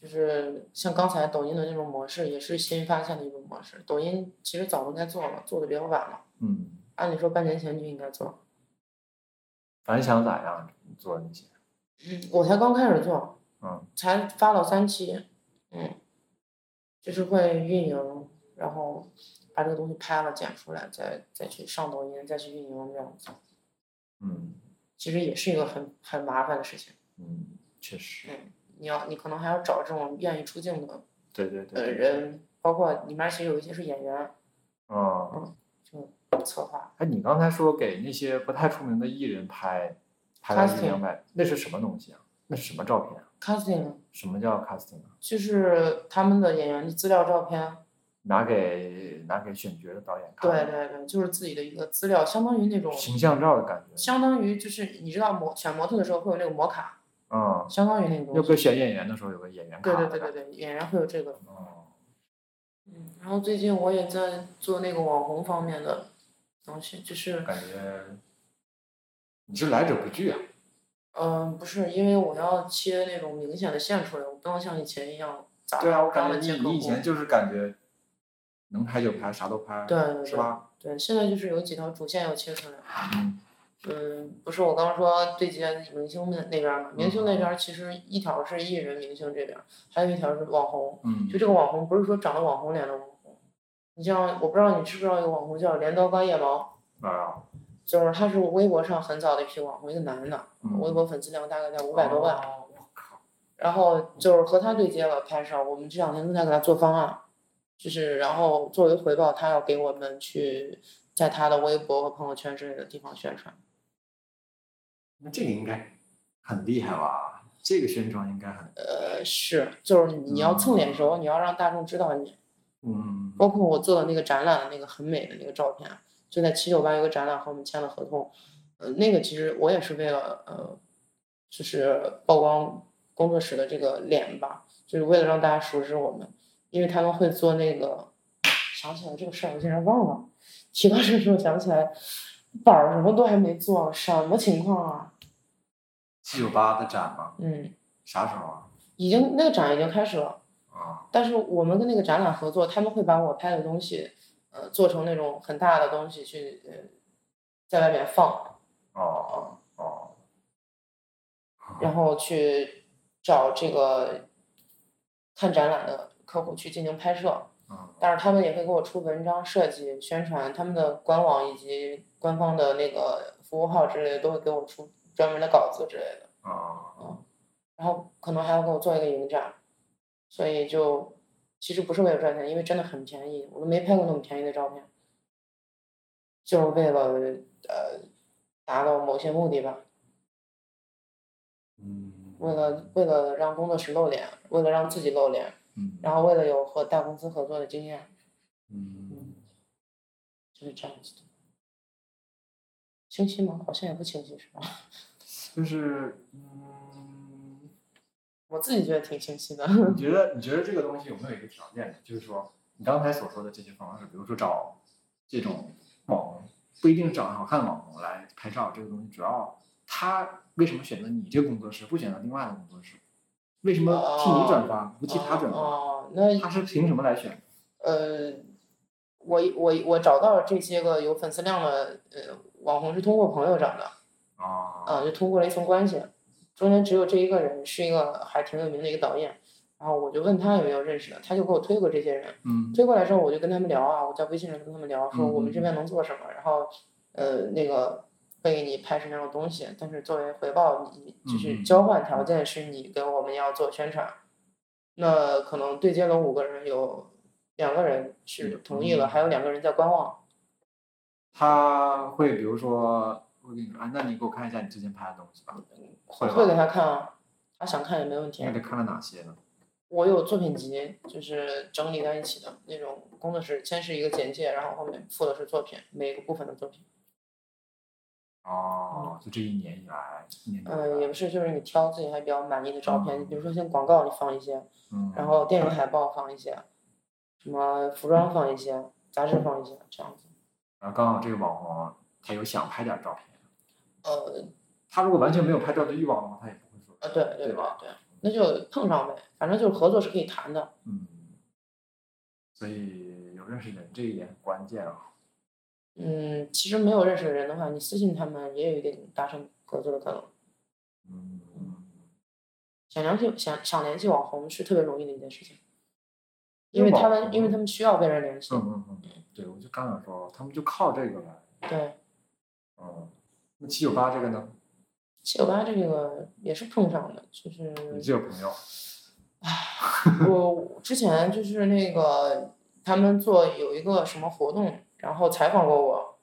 C: 就是像刚才抖音的那种模式，也是新发现的一种模式。抖音其实早都该做了，做的比较晚了。
B: 嗯，
C: 按理说半年前就应该做。
B: 反响咋样？你做那些？
C: 嗯，我才刚开始做，
B: 嗯，
C: 才发了三期，嗯，就是会运营，然后把这个东西拍了剪出来，再再去上抖音，再去运营这样子，
B: 嗯
C: 其实也是一个很很麻烦的事情，
B: 嗯，确实，
C: 嗯，你要你可能还要找这种愿意出镜的
B: 对对对。
C: 呃
B: 对。
C: 人，包括里面其实有一些是演员
B: 嗯，
C: 策划，
B: 哎，你刚才说给那些不太出名的艺人拍，拍了一
C: Casting
B: 两百，那是什么东西啊？那是什么照片啊？
C: casting
B: 什么叫 casting 啊？
C: 就是他们的演员的资料照片，
B: 拿给拿给选角的导演看，
C: 对，对对，就是自己的一个资料，相当于那种。
B: 形象照的感觉。
C: 相当于就是你知道模选模特的时候会有那个模卡，
B: 嗯，
C: 相当于那个
B: 要
C: 东
B: 跟
C: 西。
B: 选演员的时候有个演员卡
C: 对
B: 的
C: 对
B: 感觉。
C: 对对对，演员会有这个。
B: 哦，
C: 嗯，然后最近我也在做那个网红方面的东西，就是
B: 感觉你是来者不拒啊。
C: 嗯、不是因为我要切那种明显的线出来，我不能像以前一样砸
B: 对啊，我
C: 刚
B: 感
C: 的
B: 觉你
C: 切客
B: 你以
C: 户
B: 前就是感觉能拍就拍，啥都拍，
C: 对对对
B: 是吧？
C: 对，现在就是有几条主线要切出来。
B: 嗯
C: 嗯，不是我刚说对接明星那那边儿嘛，明星那边
B: 嗯
C: 儿其实一条是艺人明星这边儿，还有一条是网红。
B: 嗯
C: 就这个网红不是说长得网红脸的网红，你像我不知道你知不知道一个网红叫镰刀刮腋毛，
B: 啊，
C: 就是他是微博上很早的一批网红，一个男的，
B: 嗯
C: 微博粉丝量大概在五百多万。
B: 哦我靠，
C: 然后就是和他对接了拍摄，我们这两天都在给他做方案，就是然后作为回报，他要给我们去在他的微博和朋友圈之类的地方宣传。
B: 那这个应该很厉害吧？这个宣传应该很，
C: 呃，是，就是你要蹭脸熟，你要让大众知道你。
B: 嗯
C: 包括我做的那个展览的那个很美的那个照片，啊就在七九八有个展览和我们签了合同，呃，那个其实我也是为了呃，就是曝光工作室的这个脸吧，就是为了让大家熟知我们，因为他们会做那个，想起来这个事儿我竟然忘了，提到这个时候想起来，板儿什么都还没做，什么情况啊？
B: 七九八的展吗？
C: 嗯，
B: 啥时候啊？
C: 已经那个展已经开始了，
B: 啊啊，
C: 但是我们跟那个展览合作，他们会把我拍的东西，呃，做成那种很大的东西去，呃，在外面放，
B: 哦哦，
C: 然后去找这个看展览的客户去进行拍摄。
B: 嗯
C: 但是他们也会给我出文章设计、宣传，他们的官网以及官方的那个服务号之类的都会给我出专门的稿子之类的，
B: 啊
C: 然后可能还要给我做一个影展，所以就其实不是为了赚钱，因为真的很便宜，我都没拍过那么便宜的照片，就是为了呃达到某些目的吧，
B: 嗯，
C: 为了为了让工作室露脸，为了让自己露脸，
B: 嗯
C: 然后为了有和大公司合作的经验，
B: 嗯
C: 就是这样子的。清晰吗？好像也不清晰，是吧？
B: 就是嗯，
C: 我自己觉得挺清晰的。
B: 你觉得你觉得这个东西有没有一个条件呢？就是说你刚才所说的这些方式，比如说找这种网红，不一定是找好看的网红来拍照，这个东西主要他为什么选择你这个工作室，不选择另外的工作室？为什么替你转发，不替他转发？
C: 哦，哦那
B: 他是凭什么来选？
C: 呃，我我我找到这些个有粉丝量的呃网红是通过朋友找的，
B: 啊
C: 啊，就通过了一层关系。中间只有这一个人是一个还挺有名的一个导演，然后我就问他有没有认识的，他就给我推过这些人。
B: 嗯
C: 推过来之后，我就跟他们聊啊，我在微信上跟他们聊，说
B: 嗯
C: 我们这边能做什么，然后呃那个会给你拍什么样的东西，但是作为回报，你就
B: 嗯
C: 是
B: 嗯
C: 交换条件是你跟我们要做宣传，那可能对接了五个人，有两个人是同意了，
B: 嗯
C: 还有两个人在观望。
B: 他会比如说，我跟你说，啊，那你给我看一下你最近拍的东西吧，
C: 我
B: 会
C: 会给
B: 吧？嗯
C: 他看啊，他想看也没问题
B: 那
C: 啊。
B: 得看了哪些呢？
C: 我有作品集，就是整理在一起的那种工作室，先是一个简介，然后后面附的是作品，每个部分的作品。
B: 哦，就这一年以来，一年多以
C: 嗯，也
B: 来，
C: 不是，就是你挑自己还比较满意的照片，
B: 嗯
C: 比如说像广告你放一些，
B: 嗯，
C: 然后电影海报放一些，什么服装放一些，杂志放一些，这样子。
B: 然后刚好这个网红他有想拍点照片，
C: 呃，
B: 他如果完全没有拍照的欲望的话，他也不会说，
C: 啊，对对
B: 哦呃对
C: 对
B: 吧？
C: 对，那就碰上呗，反正就是合作是可以谈的。
B: 嗯，所以有认识人这一点很关键啊。
C: 嗯，其实没有认识的人的话，你私信他们也有一定达成合作的可能。
B: 嗯，
C: 想联系想想联系网红是特别容易的一件事情，
B: 因
C: 因
B: 为
C: 为他
B: 网
C: 们因为
B: 红
C: 他们需要被人联系。
B: 嗯嗯嗯，对，我就刚想说，他们就靠这个来，
C: 对，
B: 嗯，那七九八这个呢，
C: 七九八这个也是碰上的，就是
B: 你这个朋友，
C: 我之前就是那个他们做有一个什么活动，然后采访过我，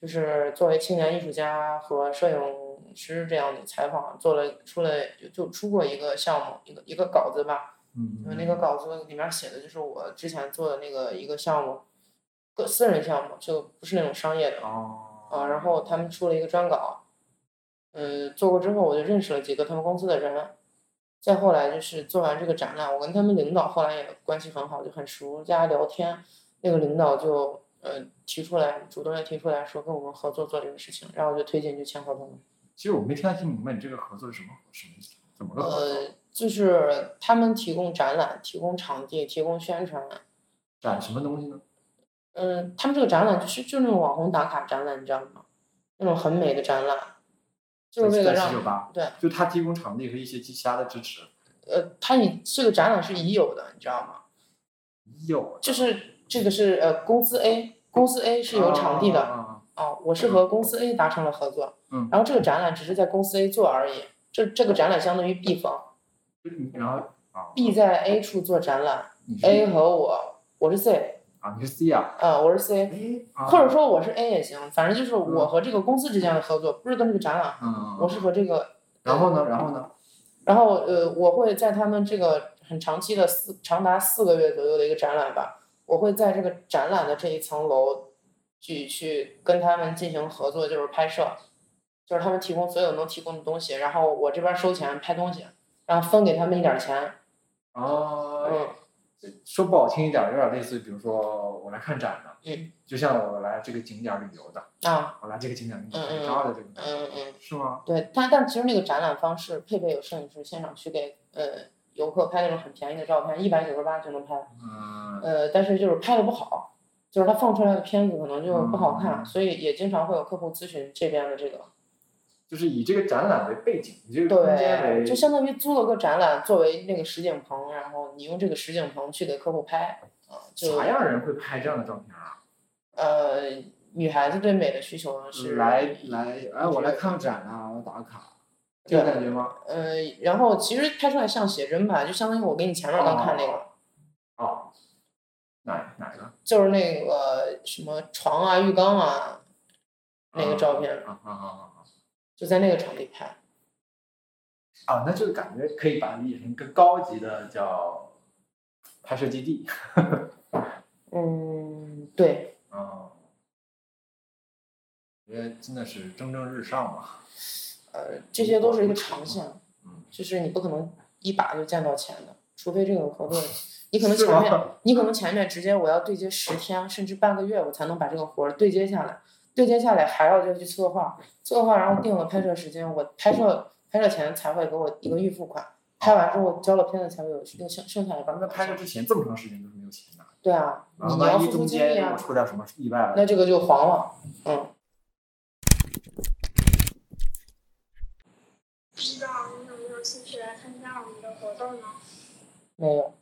C: 就是作为青年艺术家和摄影师这样的采访，做了出了就就出过一个项目，一个一个稿子吧。
B: 嗯，
C: 就那个稿子里面写的就是我之前做的那个一个项目，个私人项目，就不是那种商业的
B: 哦，
C: 啊。然后他们出了一个专稿，嗯，做过之后我就认识了几个他们公司的人。再后来就是做完这个展览，我跟他们领导后来也关系很好，就很熟，大家聊天。那个领导就呃提出来，主动的提出来说跟我们合作做这个事情，然后我就推荐去签合同了。
B: 其实我没太听明白你这个合作是什么什么怎么个合作？
C: 呃，就是他们提供展览、提供场地、提供宣传，
B: 展什么东西呢？
C: 嗯，他们这个展览就是就是那种网红打卡展览，你知道吗？那种很美的展览，就是为
B: 在
C: 了让
B: 七九八，
C: 对，
B: 就他提供场地和一些其他的支持。
C: 呃，它以这个展览是已有的，你知道吗？
B: 有，
C: 就是这个是呃公司 A，公司 A 是有场地的
B: 啊
C: 啊、我是和公司 A 达成了合作，
B: 嗯
C: 然后这个展览只是在公司 A 做而已，这这个展览相当于 B 方
B: 就是你然后啊，
C: ，B 哎在 A 处做展览
B: 你是
C: ，A 和我，我是 C，
B: 啊，你是 C 啊，
C: 啊、我是 C，
B: 哎，啊
C: 或者说我是 A 也行，反正就是我和这个公司之间的合作，不是跟这个展览，
B: 嗯，
C: 我是和这个
B: 然后呢，然后呢，
C: 然后呃，我会在他们这个很长期的四长达四个月左右的一个展览吧，我会在这个展览的这一层楼去去跟他们进行合作，就是拍摄，就是他们提供所有能提供的东西，然后我这边收钱拍东西，然后分给他们一点儿钱，
B: 啊，
C: 嗯
B: 说不好听一点，有点类似于，比如说我来看展的，
C: 嗯，
B: 就像我来这个景点旅游的，
C: 啊
B: 我来这个景点给你
C: 嗯
B: 拍照的这个，
C: 嗯嗯，
B: 是吗？
C: 对，但但其实那个展览方式，佩佩有摄影师现场去给呃游客拍那种很便宜的照片，一百九十八就能拍。
B: 嗯，
C: 呃，但是就是拍的不好，就是他放出来的片子可能就不好看，
B: 嗯
C: 所以也经常会有客户咨询这边的这个。
B: 就是以这个展览为背景，以这个空间
C: 对，
B: 为，
C: 就相当于租了个展览作为那个实景棚，然后你用这个实景棚去给客户拍，啊、就
B: 啥样人会拍这样的照片啊？
C: 呃，女孩子对美的需求啊是
B: 来来，哎，我来看个展啊，我打个卡，这种
C: 对
B: 感觉吗？
C: 呃，然后其实拍出来像写真吧，就相当于我给你前面刚看那个，
B: 哦，哪哪个？
C: 就是那个什么床啊、浴缸啊，那个照片、
B: 啊啊啊啊啊！
C: 就在那个场地拍。
B: 啊，那就是感觉可以把它理解成更高级的叫拍摄基地。
C: 嗯，对，
B: 啊，我觉得真的是蒸蒸日上嘛。
C: 呃，这些都是一个长项，
B: 嗯，
C: 就是你不可能一把就见到钱的，除非这个合作，你可能
B: 是
C: 前
B: 吗
C: 面你可能前面直接我要对接十天甚至半个月，我才能把这个活儿对接下来，对接下来还要再去策划，策划然后定了拍摄时间，我拍摄拍摄前才会给我一个预付款，拍完之后交了片子才会有剩剩剩下的
B: 咱
C: 版
B: 们在
C: 本。
B: 拍摄之前这么长时间都是没有钱的，
C: 对啊，
B: 然后
C: 你要
B: 万
C: 付
B: 一
C: 出
B: 中
C: 精力
B: 间如果
C: 啊，
B: 出点什么意外了，
C: 那这个就黄了。嗯，
D: 不知道你有没有兴趣来参加我们的活动呢？
C: 没 有。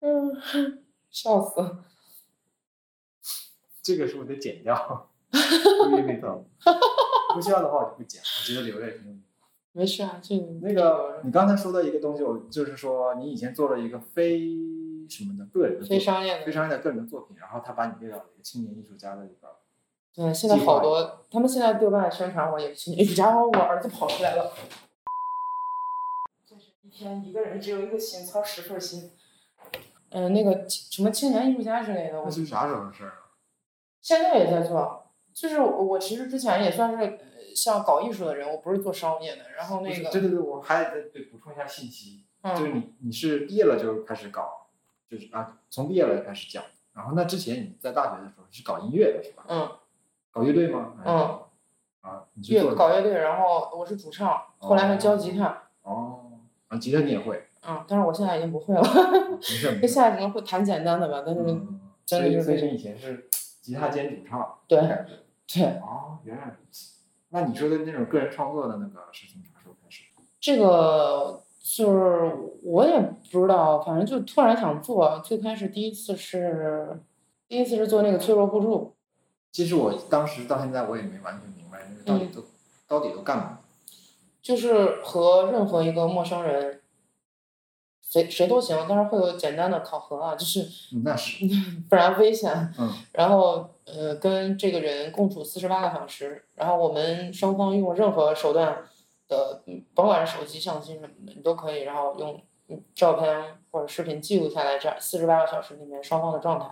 C: 嗯，笑死了。
B: 这个是不是得剪掉？ 因为味道。不需要的话我就不剪，我觉得留着也挺有意思。
C: 没事啊，这
B: 那个你刚才说的一个东西，我就是说你以前做了一个非什么的个人的作
C: 非
B: 品，
C: 商业
B: 非
C: 的，
B: 商业的个人的作品，然后他把你列到了一个青年艺术家的一个，
C: 嗯，现在
B: 计划
C: 好多，他们现在对外宣传我也是，你然后我儿子跑出来了， 就是一天一个人只有一个心，操十份心。嗯、那个什么青年艺术家之类的，我
B: 那是啥时候的事儿啊？
C: 现在也在做，就是我我其实之前也算是呃像搞艺术的人，我不是做商业的，然后那
B: 不是
C: 个
B: 对对对，我还得得补充一下信息，就是
C: 嗯，
B: 你你是毕业了就开始搞，就是啊，从毕业了就开始讲。然后那之前你在大学的时候是搞音乐的是吧？
C: 嗯，
B: 搞乐队吗？还是
C: 嗯。
B: 啊，你是
C: 乐
B: 做
C: 搞乐队，然后我是主唱，后来还教吉他，
B: 哦，啊，吉他你也会，
C: 嗯，但是我现在已经不会了，
B: 没事没事。
C: 就现在只能会弹简单的吧，但是
B: 嗯，所
C: 真的
B: 以
C: 就是
B: 所以你以前是吉他兼主唱。
C: 对
B: 对。
C: 对。
B: 哦，原来如此。那你说的那种个人创作的那个是从啥时候开始？
C: 这个就是我也不知道，反正就突然想做。最开始第一次是第一次是做那个脆弱互助，
B: 其实我当时到现在我也没完全明白那个到底
C: 嗯
B: 都、到底都干嘛。
C: 就是和任何一个陌生人，谁谁都行，但是会有简单的考核啊，就是
B: 嗯那是，
C: 不然危险。
B: 嗯
C: 然后呃，跟这个人共处四十八个小时，然后我们双方用任何手段的，嗯甭管是手机、相机什么的，你都可以，然后用嗯照片或者视频记录下来，这样四十八个小时里面双方的状态。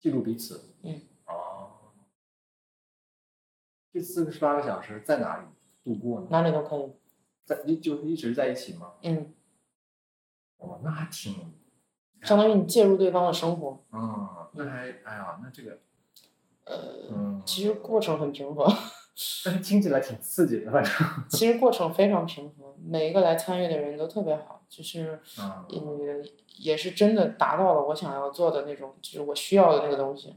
B: 记录彼此。
C: 嗯。
B: 哦。这四十八个小时在哪里度过呢？
C: 哪里都可以。
B: 在一就一直在一起吗？
C: 嗯，
B: 哦，那还挺，
C: 相当于你介入对方的生活，
B: 嗯，那还哎呀，那这个，
C: 呃，
B: 嗯，
C: 其实过程很平衡，
B: 但是听起来挺刺激的，反正，
C: 其实过程非常平衡，每一个来参与的人都特别好，就是
B: 嗯，
C: 嗯，也是真的达到了我想要做的那种，就是我需要的那个东西。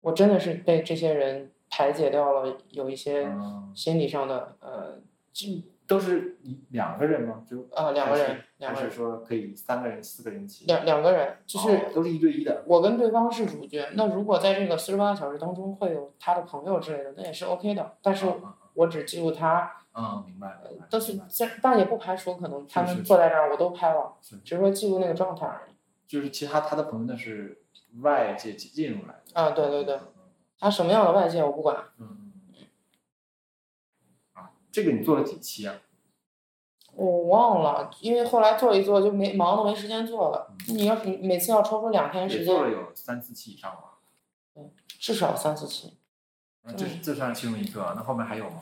C: 我真的是被这些人排解掉了有一些
B: 嗯
C: 心理上的呃
B: 这都是一两个人吗？就
C: 呃两个
B: 还
C: 人
B: 是，
C: 两个
B: 还是
C: 人，
B: 说可以三个人、四个人一起？
C: 两两个人，就是
B: 哦都是一对一的，
C: 我跟对方是主角，那如果在这个四十八个小时当中会有他的朋友之类的，那也是 OK 的。但是
B: 嗯
C: 我只记录他，
B: 嗯，明白，明白
C: 但是
B: 明白
C: 虽然但也不排除可能他
B: 是
C: 们
B: 是
C: 坐在这儿我都拍了
B: 是，
C: 只是说记录那个状态而已。
B: 就是其他他的朋友那是外界进进入来的，
C: 啊，对对对，
B: 嗯嗯
C: 他什么样的外界我不管，
B: 嗯，啊，这个你做了几期啊？
C: 我忘了，因为后来做一做就没忙的没时间做了。你要是每次要抽出两天
B: 也
C: 时
B: 做了
C: 间，
B: 有三四期以上吧。
C: 至少三四期。
B: 那这是这算是其中一个，啊那后面还有吗？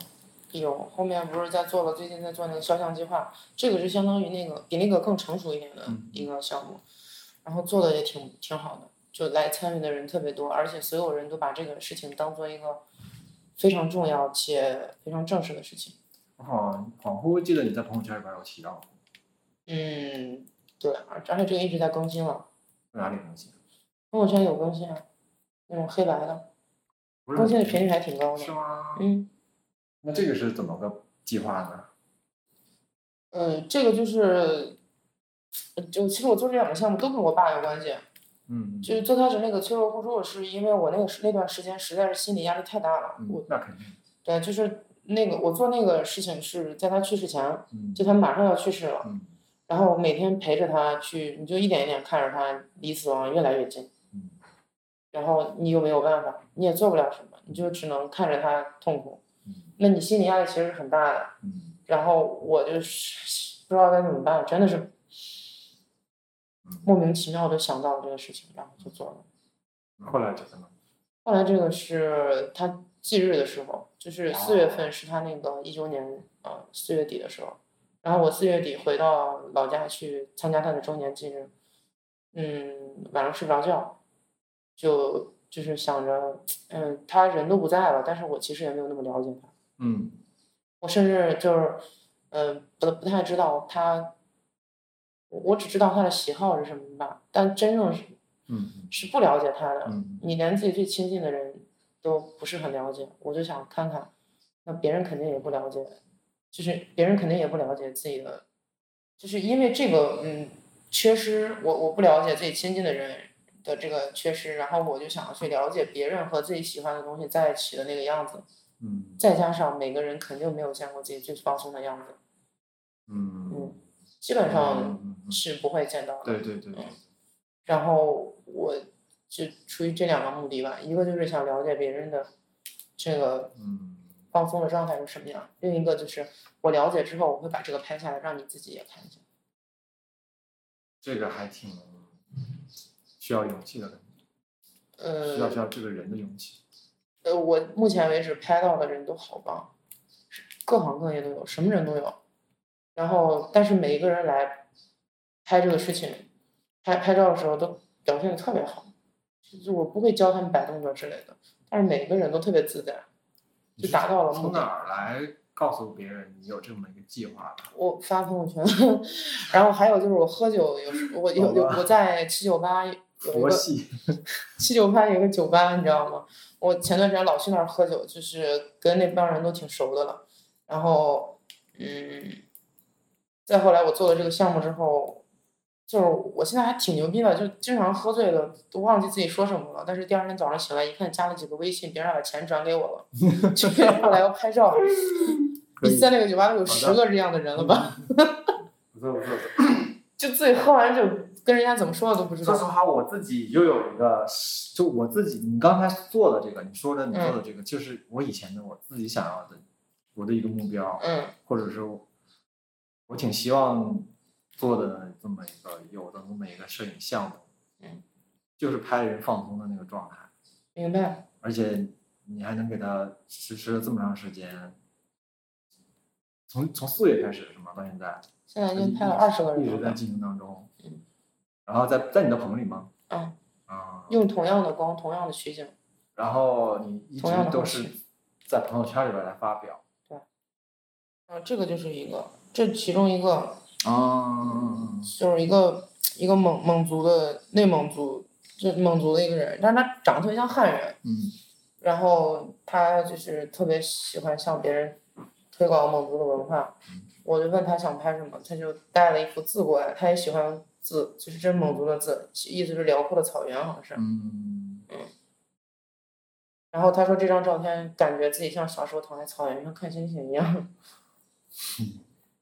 C: 有后面不是在做了，最近在做那个肖像计划，这个是相当于那个比那个更成熟一点的
B: 嗯
C: 一个项目，然后做的也挺挺好的，就来参与的人特别多，而且所有人都把这个事情当做一个非常重要且非常正式的事情。
B: 哦我好恍惚记得你在朋友圈里边有提到，
C: 嗯，对，而而且这个一直在更新了，
B: 在哪里更新？
C: 朋友圈有更新啊，那种黑白的，
B: 不是
C: 更新的频率还挺高
B: 是
C: 的。
B: 吗？
C: 嗯。
B: 那这个是怎么个计划呢？
C: 嗯，这个就是，就其实我做这两个项目都跟我爸有关系。
B: 嗯，
C: 就是最开始那个脆弱互助，是因为我那个时那段时间实在是心理压力太大了。
B: 嗯
C: 我
B: 那肯定，
C: 对，就是那个我做那个事情是在他去世前，
B: 嗯
C: 就他马上要去世了，
B: 嗯
C: 然后我每天陪着他去，你就一点一点看着他离死亡越来越近，
B: 嗯
C: 然后你又没有办法，你也做不了什么，你就只能看着他痛苦。
B: 嗯
C: 那你心理压力其实是很大的。
B: 嗯
C: 然后我就是不知道该怎么办，真的是莫名其妙就想到了这个事情，然后就做了。
B: 嗯，后来就怎么？
C: 后来这个是他忌日的时候，就是四月份是他那个一周年，呃，四月底的时候，然后我四月底回到老家去参加他的周年忌日，嗯，晚上睡不着觉，就就是想着，嗯，他人都不在了，但是我其实也没有那么了解他。
B: 嗯
C: 我甚至就是，嗯、不不太知道他，我我只知道他的喜好是什么吧，但真正是
B: 嗯
C: 是不了解他的，
B: 嗯
C: 你连自己最亲近的人都不是很了解，我就想看看，那别人肯定也不了解，就是别人肯定也不了解自己的，就是因为这个嗯缺失，我我不了解自己亲近的人的这个缺失，然后我就想要去了解别人和自己喜欢的东西在一起的那个样子，
B: 嗯
C: 再加上每个人肯定没有见过自己最放松的样子，
B: 嗯，
C: 基本上
B: 嗯嗯
C: 是不会见到的。
B: 对对对，对
C: 然后我就出于这两个目的吧，一个就是想了解别人的这个
B: 嗯
C: 放松的状态是什么样，另一个就是我了解之后，我会把这个拍下来，让你自己也看一下。
B: 这个还挺需要勇气的感觉，需要需
C: 呃
B: 要这个人的勇气。
C: 呃，我目前为止拍到的人都好棒，是各行各业都有，什么人都有。然后，但是每一个人来拍这个事情，拍拍照的时候都表现的特别好，就是我不会教他们摆动作之类的，但是每个人都特别自在。
B: 你是
C: 达到了目的
B: 从哪儿来告诉别人你有这么一个计划的？
C: 我发朋友圈， 然后还有就是我喝酒，有时我有有
B: 好吧
C: 我在七九八有一
B: 佛
C: 个
B: 系，
C: 七九八有一个酒吧，你知道吗？我前段时间老去那儿喝酒，就是跟那帮人都挺熟的了。然后，嗯，再后来我做了这个项目之后，就是我现在还挺牛逼的，就经常喝醉了都忘记自己说什么了。但是第二天早上醒来一看，加了几个微信，别人把钱转给我 了。就是后来要拍照，
B: 可
C: 你
B: 以，
C: 在那个酒吧有
B: 的
C: 十个这样的人了吧？
B: 不错不错。不错
C: 就自己喝完酒跟人家怎么说的都不知
B: 说实
C: 道。
B: 话，我自己又有一个，就我自己，你刚才做的这个，你说的你做的这个，就是我以前的我自己想要的，我的一个目标，
C: 嗯
B: 或者是我我挺希望做的这么一个有的这么一个摄影项目，
C: 嗯，
B: 就是拍人放松的那个状态，
C: 明白。
B: 而且你还能给他实施了这么长时间，从从四月开始是吗？到现在
C: 现在已经拍了二十个
B: 一直
C: 人
B: 在
C: 了，
B: 进行当中，
C: 嗯，
B: 然后在在你的棚里吗？
C: 嗯
B: 啊，
C: 用同样的光，同样的取景，
B: 然后你一直
C: 同样的
B: 都
C: 方
B: 是
C: 式
B: 在朋友圈里边来发表。
C: 啊，这个就是一个，这其中一个
B: 嗯
C: 就是一个一个蒙蒙族的内蒙族，就蒙族的一个人，但是他长得特别像汉人，
B: 嗯
C: 然后他就是特别喜欢向别人推广蒙族的文化。我就问他想拍什么，他就带了一幅字过来，他也喜欢字，就是这是蒙族的字，意思是辽阔的草原，好像是。
B: 嗯，
C: 然后他说这张照片感觉自己像小时候躺在草原上看星星一样，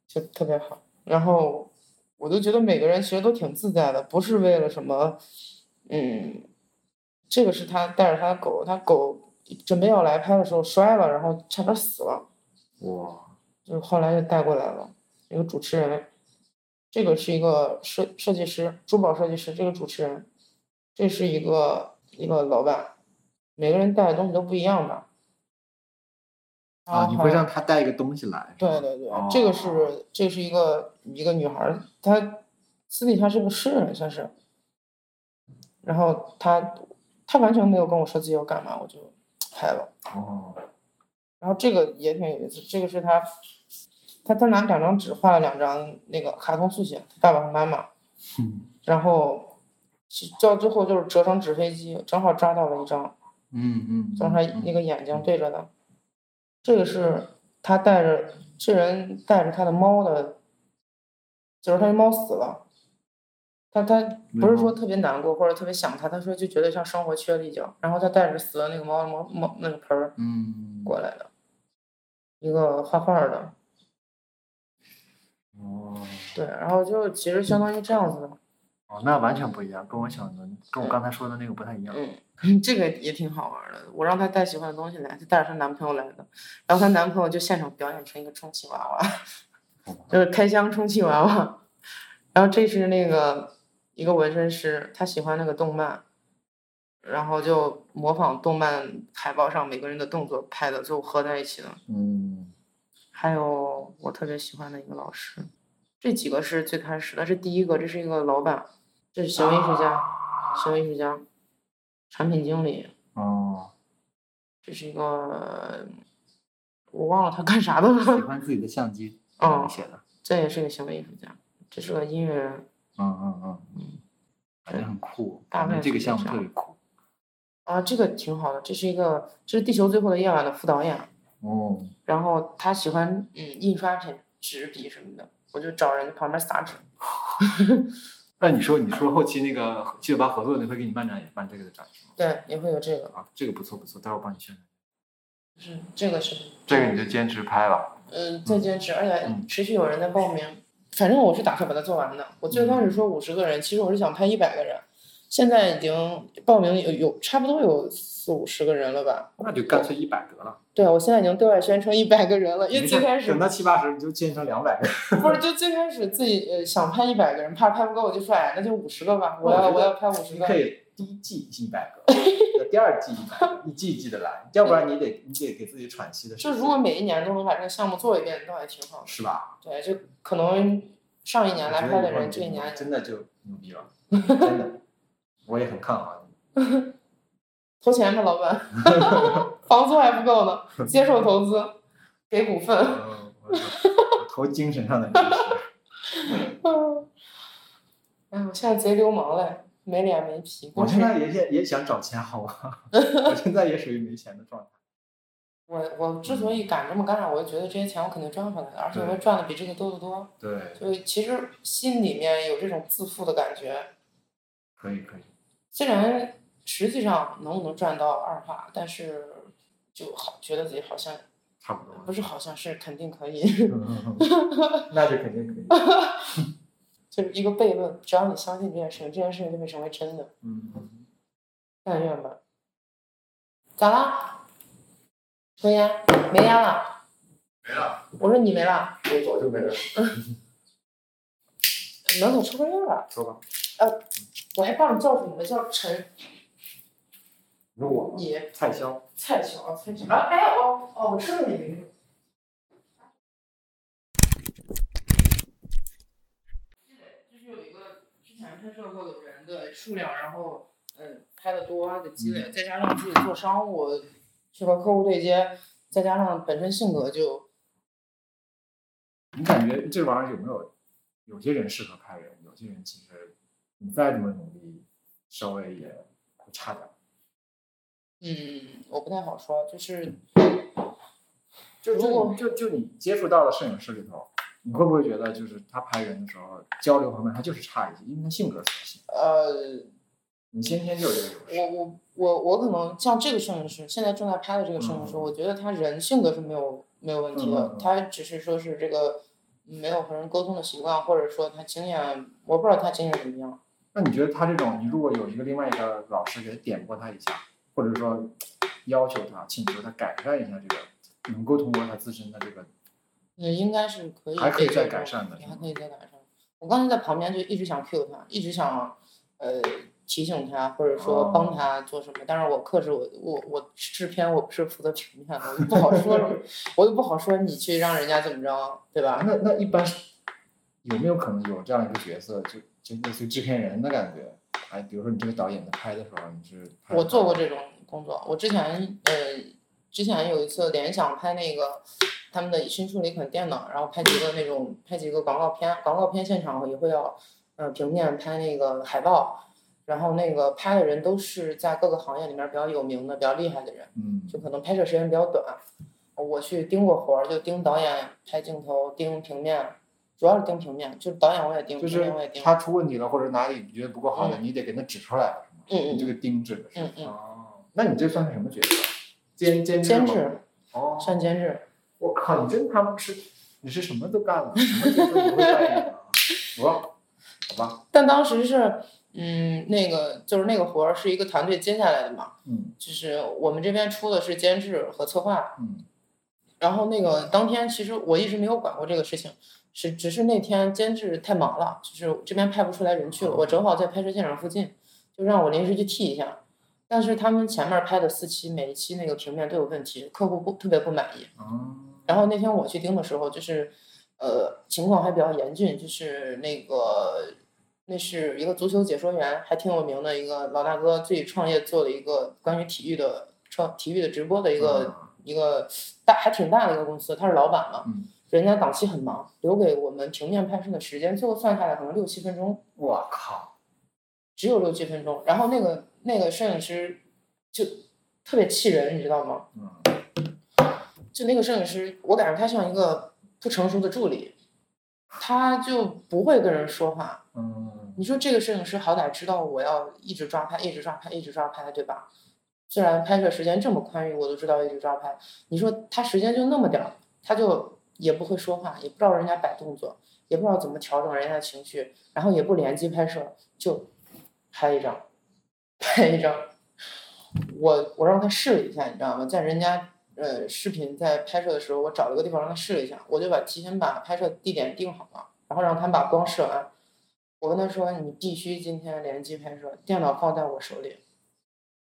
C: 就特别好。然后我就觉得每个人其实都挺自在的，不是为了什么，嗯，这个是他带着他的狗，他狗准备要来拍的时候摔了，然后差点死了，
B: 哇，
C: 就是后来就带过来了。一个主持人，这个是一个设设计师，珠宝设计师，这个主持人，这是一个一个老板，每个人带的东西都不一样吧？
B: 啊，
C: 然
B: 你
C: 后
B: 会让他带一个东西来？是
C: 对
B: 吧
C: 对对，
B: 哦
C: 这个是这是一个一个女孩儿，她私底下是个诗人，算是。然后她她完全没有跟我说自己要干嘛，我就拍了。
B: 哦，
C: 然后这个也挺有意思，这个是她他他拿两张纸画了两张那个卡通塑形，他爸爸和妈妈，
B: 嗯
C: 然后是到最后就是折成纸飞机，正好抓到了一张，
B: 嗯嗯，
C: 正好
B: 嗯
C: 那个眼睛对着的。这个是他带着这人带着他的猫的，就是他的猫死了。他他不是说特别难过或者特别想他，他说就觉得像生活缺了一角。然后他带着死的那个猫猫猫那个盆儿
B: 嗯
C: 过来的，一个画画的，
B: 哦
C: 对，然后就其实相当于这样子的，
B: 哦，那完全不一样，跟我想的跟我刚才说的那个不太一样。
C: 嗯，这个也挺好玩儿的。我让她带喜欢的东西来，她带着她男朋友来的，然后她男朋友就现场表演成一个充气娃娃，就是开箱充气娃娃。然后这是那个一个纹身师，他喜欢那个动漫，然后就模仿动漫海报上每个人的动作拍的，最后合在一起的。
B: 嗯
C: 还有我特别喜欢的一个老师，这几个是最开始的。这第一个，这是一个老板，这是行为艺术家，行为艺术家，产品经理，
B: 哦，
C: 这是一个我忘了他干啥的
B: 喜
C: 了。
B: 欢自己的相机，
C: 哦
B: 你写的，
C: 这也是个行为艺术家，这是个音乐人。
B: 嗯嗯嗯嗯，感觉很酷，
C: 大
B: 感觉
C: 概
B: 这个
C: 是
B: 项目
C: 这
B: 特
C: 样
B: 别酷。
C: 啊，这个挺好的，这是一个这是《地球最后的夜晚》的副导演，
B: 哦，
C: 然后他喜欢嗯印刷品、纸笔什么的，我就找人旁边撒纸。
B: 那你说你说后期那个剧吧合作那会给你办展也办这个的展是吗？
C: 对，也会有这个，
B: 啊，这个不错不错，待会儿我帮你宣传。
C: 就是这个是
B: 这个你就坚持拍吧。
C: 嗯，再坚持，而且
B: 嗯
C: 持续有人在报名。反正我是打算把它做完的。我最开始说五十个人，其实我是想拍一百个人，现在已经报名有有差不多有四五十个人了吧？
B: 那就干脆一百得了。
C: 对，啊我现在已经对外宣称一百个人了，因为
B: 你
C: 最
B: 先
C: 开始
B: 等到七八十你就建成两百个。
C: 不是就最开始自己呃想拍一百个人，怕拍不够我就说哎，那就五十个吧，我
B: 那
C: 要
B: 我觉
C: 我
B: 得
C: 要拍五十
B: 你
C: 个
B: 可。以第一季一百个，第二季一百个，一季一季的来，要不然你得你得给自己喘息的时
C: 就
B: 间。
C: 如果每一年都能把这个项目做一遍，倒也挺好的。
B: 是吧？
C: 对，就可能上一
B: 我
C: 年来
B: 觉
C: 拍
B: 得
C: 的
B: 以后
C: 人，
B: 你
C: 这一年
B: 真的就牛逼了，真的，我也很看好你。
C: 投钱吧，老 板，房租还不够呢，接受投资，给股份。
B: 嗯我我投精神上的支持。
C: 哎，我现在贼流氓嘞，没脸没皮。
B: 我
C: 光
B: 现
C: 是
B: 在也也也想找钱，好吧？我现在也属于没钱的状态。
C: 我我之所以敢这么干，我就觉得这些钱我肯定赚回来的，而且我会
B: 对
C: 赚的比这个多得多。
B: 对，
C: 就其实心里面有这种自负的感觉，
B: 可以可以。
C: 虽然实际上能不能赚到二话，但是就好觉得自己好像
B: 差不多，
C: 不是好像是肯定可以，
B: 那就肯定可以。
C: 就是一个悖论。只要你相信这件事情，这件事情就会成为真的。
B: 嗯，
C: 但愿吧。咋啦？抽烟没烟了？
B: 没了，
C: 我说你没了，
B: 我早就没了。
C: 能给我抽根烟吧？
B: 说吧，
C: 我还帮你叫什么叫陈
B: 你说我
C: 你
B: 蔡潇，
C: 蔡乔蔡乔啊？哎哦哦，我知道你名字。就是有一个之前拍摄过的人的数量，然后嗯拍的多的积
B: 嗯
C: 累，再加上自己做商务，去和客户对接，再加上本身性格就
B: 你感觉这玩意儿有没有？有些人适合拍人，有些人其实你再怎么努力，稍微也会差点儿。
C: 嗯，我不太好说，就是
B: 就
C: 如
B: 就
C: 果
B: 你就就你接触到的摄影师里头，你会不会觉得就是他拍人的时候交流方面他就是差一些，因为他性格所系，
C: 呃。
B: 你先天就有这个优势。
C: 我我我我可能像这个摄影师，现在正在拍的这个摄影师，
B: 嗯
C: 我觉得他人性格是没有没有问题
B: 嗯嗯
C: 的
B: 嗯，
C: 他只是说是这个没有和人沟通的习惯，或者说他经验，我不知道他经验怎么样。
B: 那你觉得他这种，你如果有一个另外一个老师给他点拨他一下，或者说要求他、请求他改善一下这个，能够通过他自身的这个，
C: 也应该是可以被这种，
B: 还可以再改善的
C: 还可以再改善。我刚才在旁边就一直想 cue 他，一直想呃提醒他，或者说
B: 哦
C: 帮他做什么，但是我克制我我我制片我不是负责平面的，我就不好说什么， 我又不好说你去让人家怎么着，对吧？
B: 啊那那一般有没有可能有这样一个角色，就就类似于制片人的感觉？哎，比如说你这个导演在拍的时候，你是拍
C: 我做过这种工作，我之前呃之前有一次联想拍那个他们的新出了一款电脑，然后拍几个那种拍几个广告片，广告片现场也会要呃平面拍那个海报，然后那个拍的人都是在各个行业里面比较有名的、比较厉害的人，
B: 嗯
C: 就可能拍摄时间比较短。我去盯过活儿，就盯导演、拍镜头、盯平面，主要是盯平面，就是导演我也盯，
B: 就
C: 平
B: 是
C: 面我也盯。
B: 他出问题了，或者哪里你觉得不够好的，你得给他指出来，是吗？
C: 嗯
B: 你
C: 嗯
B: 这
C: 嗯
B: 个钉指的是
C: 嗯嗯，
B: 哦，那你这算是什么角色？监监制
C: 监
B: 吗
C: 制
B: 哦，
C: 算监制，
B: 我靠，你真他妈是你是什么都干了，什么角色你都扮演了。 我好吧，
C: 但当时是，嗯，那个就是那个活儿是一个团队接下来的嘛，
B: 嗯
C: 就是我们这边出的是监制和策划，
B: 嗯
C: 然后那个当天其实我一直没有管过这个事情，是只是那天监制太忙了，就是这边派不出来人去了，我正好在拍摄现场附近，就让我临时去替一下。但是他们前面拍的四期，每一期那个平面都有问题，客户不特别不满意。
B: 嗯
C: 然后那天我去盯的时候，就是呃情况还比较严峻，就是那个那是一个足球解说员，还挺有名的一个老大哥自己创业做了一个关于体育的创体育的直播的一个、一个大还挺大的一个公司，他是老板嘛，
B: 嗯
C: 人家档期很忙，留给我们平面拍摄的时间，最后算下来可能六七分钟，
B: 我靠，
C: 只有六七分钟。然后那个那个摄影师就特别气人，你知道吗？
B: 嗯
C: 就那个摄影师，我感觉他像一个不成熟的助理，他就不会跟人说话。
B: 嗯
C: 你说这个摄影师好歹知道我要一直抓拍，一直抓拍，一直抓拍，对吧？虽然拍摄时间这么宽裕，我都知道一直抓拍。你说他时间就那么点儿，他就也不会说话，也不知道人家摆动作，也不知道怎么调整人家的情绪，然后也不联机拍摄，就拍一张，拍一张。我我让他试了一下，你知道吗？在人家呃视频在拍摄的时候，我找了个地方让他试了一下，我就把提前把拍摄地点定好了，然后让他把光设完。我跟他说，你必须今天联机拍摄，电脑放在我手里，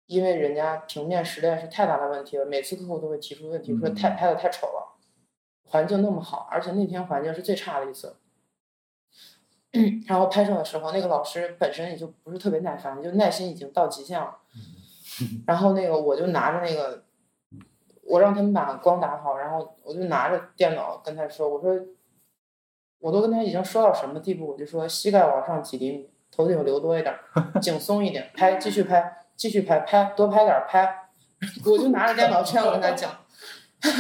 C: 因为人家平面实在是太大的问题了，每次客户都会提出问题，说太
B: 嗯
C: 拍的太丑了，环境那么好，而且那天环境是最差的一次。 然后拍摄的时候，那个老师本身也就不是特别耐烦，就耐心已经到极限了。然后那个我就拿着那个，我让他们把光打好，然后我就拿着电脑跟他说，我说我都跟他已经说到什么地步，我就说膝盖往上几厘米，头顶留多一点儿，颈松一点，拍，继续拍，继续拍，拍，多拍点儿，拍。 我就拿着电脑这样跟他讲，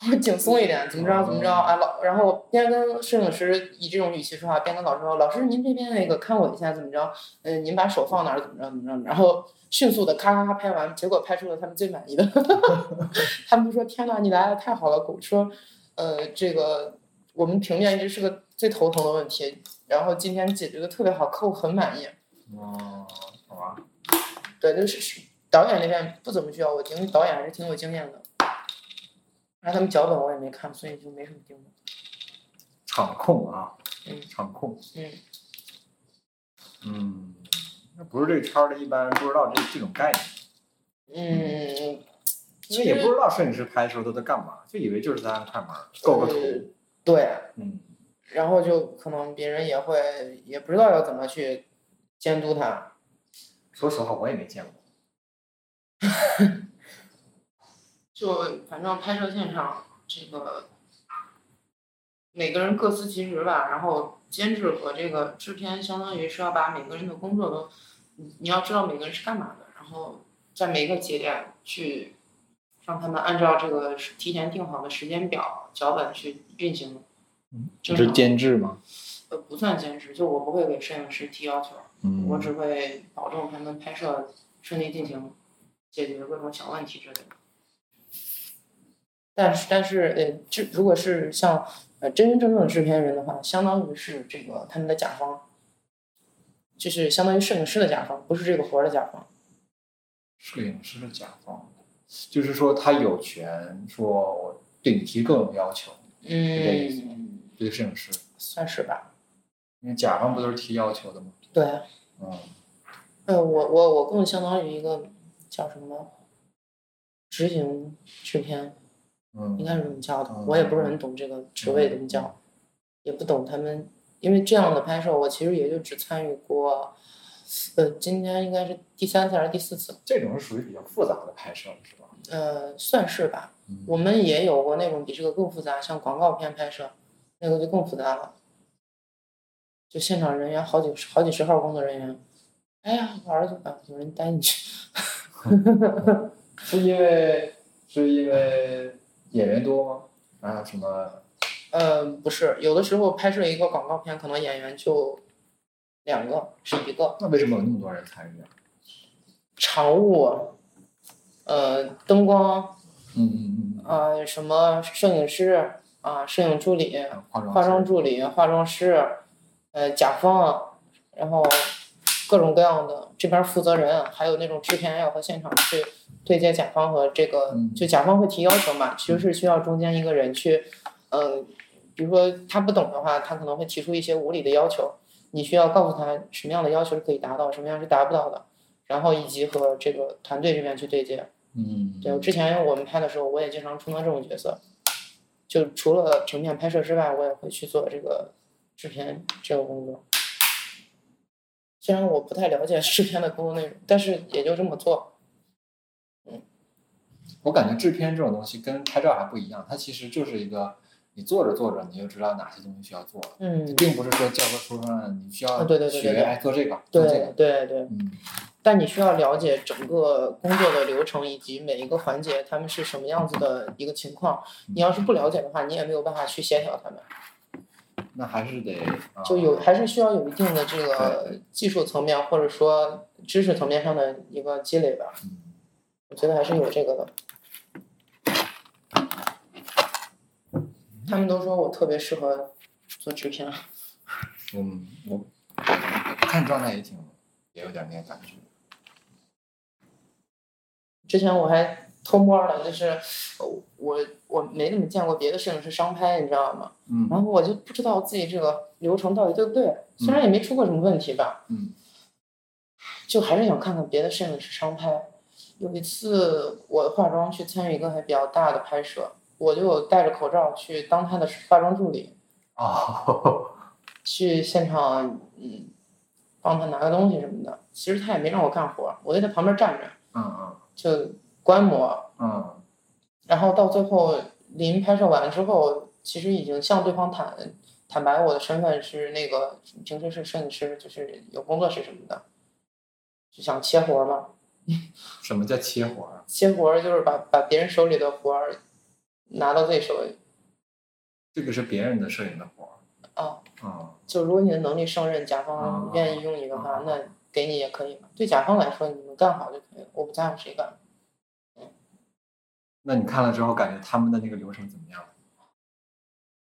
C: 我说颈松一点，怎么着怎么着啊老，然后我边跟摄影师以这种语气说话，边跟老师说，老师您这边那个看我一下怎么着，嗯、您把手放哪儿怎么着怎么着，然后迅速的咔咔咔拍完，结果拍出了他们最满意的， 他们就说天哪，你来了太好了，狗说，呃，这个我们平面一直是个最头疼的问题，然后今天解决的特别好，客户很满意，
B: 哦，好吧，
C: 对，就是是导演那边不怎么需要我盯，因为导演还是挺有经验的，然后他们脚本我也没看，所以就没什么盯的，
B: 场控啊，
C: 嗯
B: 场控，
C: 嗯。
B: 嗯，那不是这个圈儿的，一般人不知道这这种概念。
C: 嗯，
B: 因为也不知道摄影师拍的时候他在干嘛，就以为就是在按快门儿够个图，
C: 对，
B: 嗯，
C: 然后就可能别人也会也不知道要怎么去监督他。
B: 说实话我也没见过。
C: 就反正拍摄现场这个每个人各司其职吧，然后监制和这个制片相当于是要把每个人的工作都，你你要知道每个人是干嘛的，然后在每个节点去让他们按照这个提前定好的时间表脚本去运行。正常
B: 制吗？
C: 呃，不算监制，就我不会给摄影师提要求。
B: 嗯
C: 我只会保证他们拍摄顺利进行，解决各种小问题之类的。但是，但是，呃，制如果是像呃真真正正的制片人的话，相当于是这个他们的甲方，就是相当于摄影师的甲方，不是这个活儿的甲方。
B: 摄影师的甲方，就是说他有权说我对你提各种要求，这意思
C: 嗯，
B: 对摄影师，
C: 算是吧。
B: 因为甲方不都是提要求的吗？
C: 对，啊
B: 嗯，
C: 呃，我我我更相当于一个叫什么执行制片，应
B: 嗯，
C: 该是这么叫的
B: 嗯，
C: 我也不是很懂这个职位怎么叫，也不懂他们，因为这样的拍摄我其实也就只参与过，呃，今天应该是第三次还是第四次，
B: 这种是属于比较复杂的拍摄了，是吧？
C: 呃，算是吧。
B: 嗯
C: 我们也有过那种比这个更复杂，像广告片拍摄，那个就更复杂了。就现场人员好几好几十号工作人员，哎呀，我儿子啊，有人带你去，
B: 是因为是因为演员多吗？还有什么？
C: 呃，不是，有的时候拍摄一个广告片，可能演员就两个是一个
B: 那为什么有那么多人参与啊？
C: 场务，呃，灯光，
B: 嗯嗯嗯
C: 呃，什么摄影师啊、摄影助理，
B: 嗯，化妆
C: 化妆
B: 师
C: 助理、化妆师，呃，甲方，然后各种各样的这边负责人，还有那种制片要和现场去对接甲方和这个
B: 嗯，
C: 就甲方会提要求嘛，其实是需要中间一个人去，呃，比如说他不懂的话，他可能会提出一些无理的要求，你需要告诉他什么样的要求是可以达到，什么样是达不到的。然后以及和这个团队这边去对接，
B: 嗯，
C: 对，之前我们拍的时候，我也经常充当这种角色，就除了平面拍摄之外，我也会去做这个制片这个工作。虽然我不太了解制片的工作内容，但是也就这么做。
B: 我感觉制片这种东西跟拍照还不一样，它其实就是一个你做着做着你就知道哪些东西需要做了，
C: 嗯，
B: 并不是说教科书上你需要
C: 啊对对对
B: 学
C: 对对
B: 哎做这个做这
C: 对
B: 个，
C: 对对，
B: 嗯
C: 但你需要了解整个工作的流程以及每一个环节他们是什么样子的一个情况。你要是不了解的话，你也没有办法去协调他们。
B: 嗯那还是得啊
C: 就有还是需要有一定的这个技术层面或者说知识层面上的一个积累吧。
B: 嗯
C: 我觉得还是有这个的。他们都说我特别适合做制片，
B: 嗯我看状态也挺也有点那个感觉，
C: 之前我还偷摸的，就是呃我我没怎么见过别的摄影师商拍，你知道吗？
B: 嗯
C: 然后我就不知道自己这个流程到底对不对，虽然也没出过什么问题吧，
B: 嗯，
C: 就还是想看看别的摄影师商拍。有一次我化妆去参与一个还比较大的拍摄，我就戴着口罩去当他的化妆助理，
B: 哦，
C: 去现场嗯帮他拿个东西什么的。其实他也没让我干活，我就在旁边站着
B: 嗯嗯
C: 就观摩，
B: 嗯
C: 然后到最后临拍摄完之后，其实已经向对方坦坦白我的身份是那个平时是摄影师，就是有工作室什么的，就想切活儿嘛。
B: 什么叫切活儿啊？
C: 切活儿就是把把别人手里的活儿拿到自己手里。
B: 这个是别人的摄影的活儿，
C: 哦，
B: 嗯
C: 就如果你的能力胜任，甲方
B: 啊
C: 愿意用你的话
B: 啊，
C: 那给你也可以嘛。对甲方来说，你们干好就可以了，我不在乎谁干。
B: 那你看了之后感觉他们的那个流程怎么样？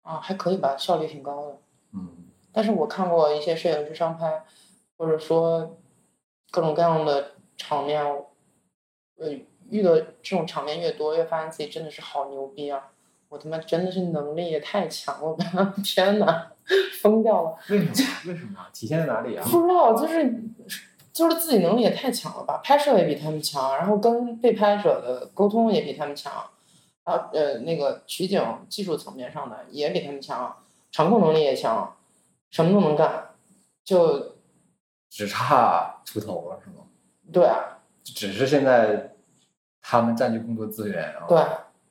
C: 啊，还可以吧，效率挺高的。
B: 嗯
C: 但是我看过一些摄影师商拍，或者说各种各样的场面，呃，遇到这种场面越多，越发现自己真的是好牛逼啊！我他妈真的是能力也太强了吧！ 天哪，疯掉了！
B: 为什么为什么体现在哪 里啊？
C: 不知道，就是就是自己能力也太强了吧？拍摄也比他们强，然后跟被拍者的沟通也比他们强，啊呃那个取景技术层面上的也比他们强，场控能力也强，什么都能干，就
B: 只差出头了是吗？
C: 对啊
B: 只是现在他们占据更多资源啊，
C: 对，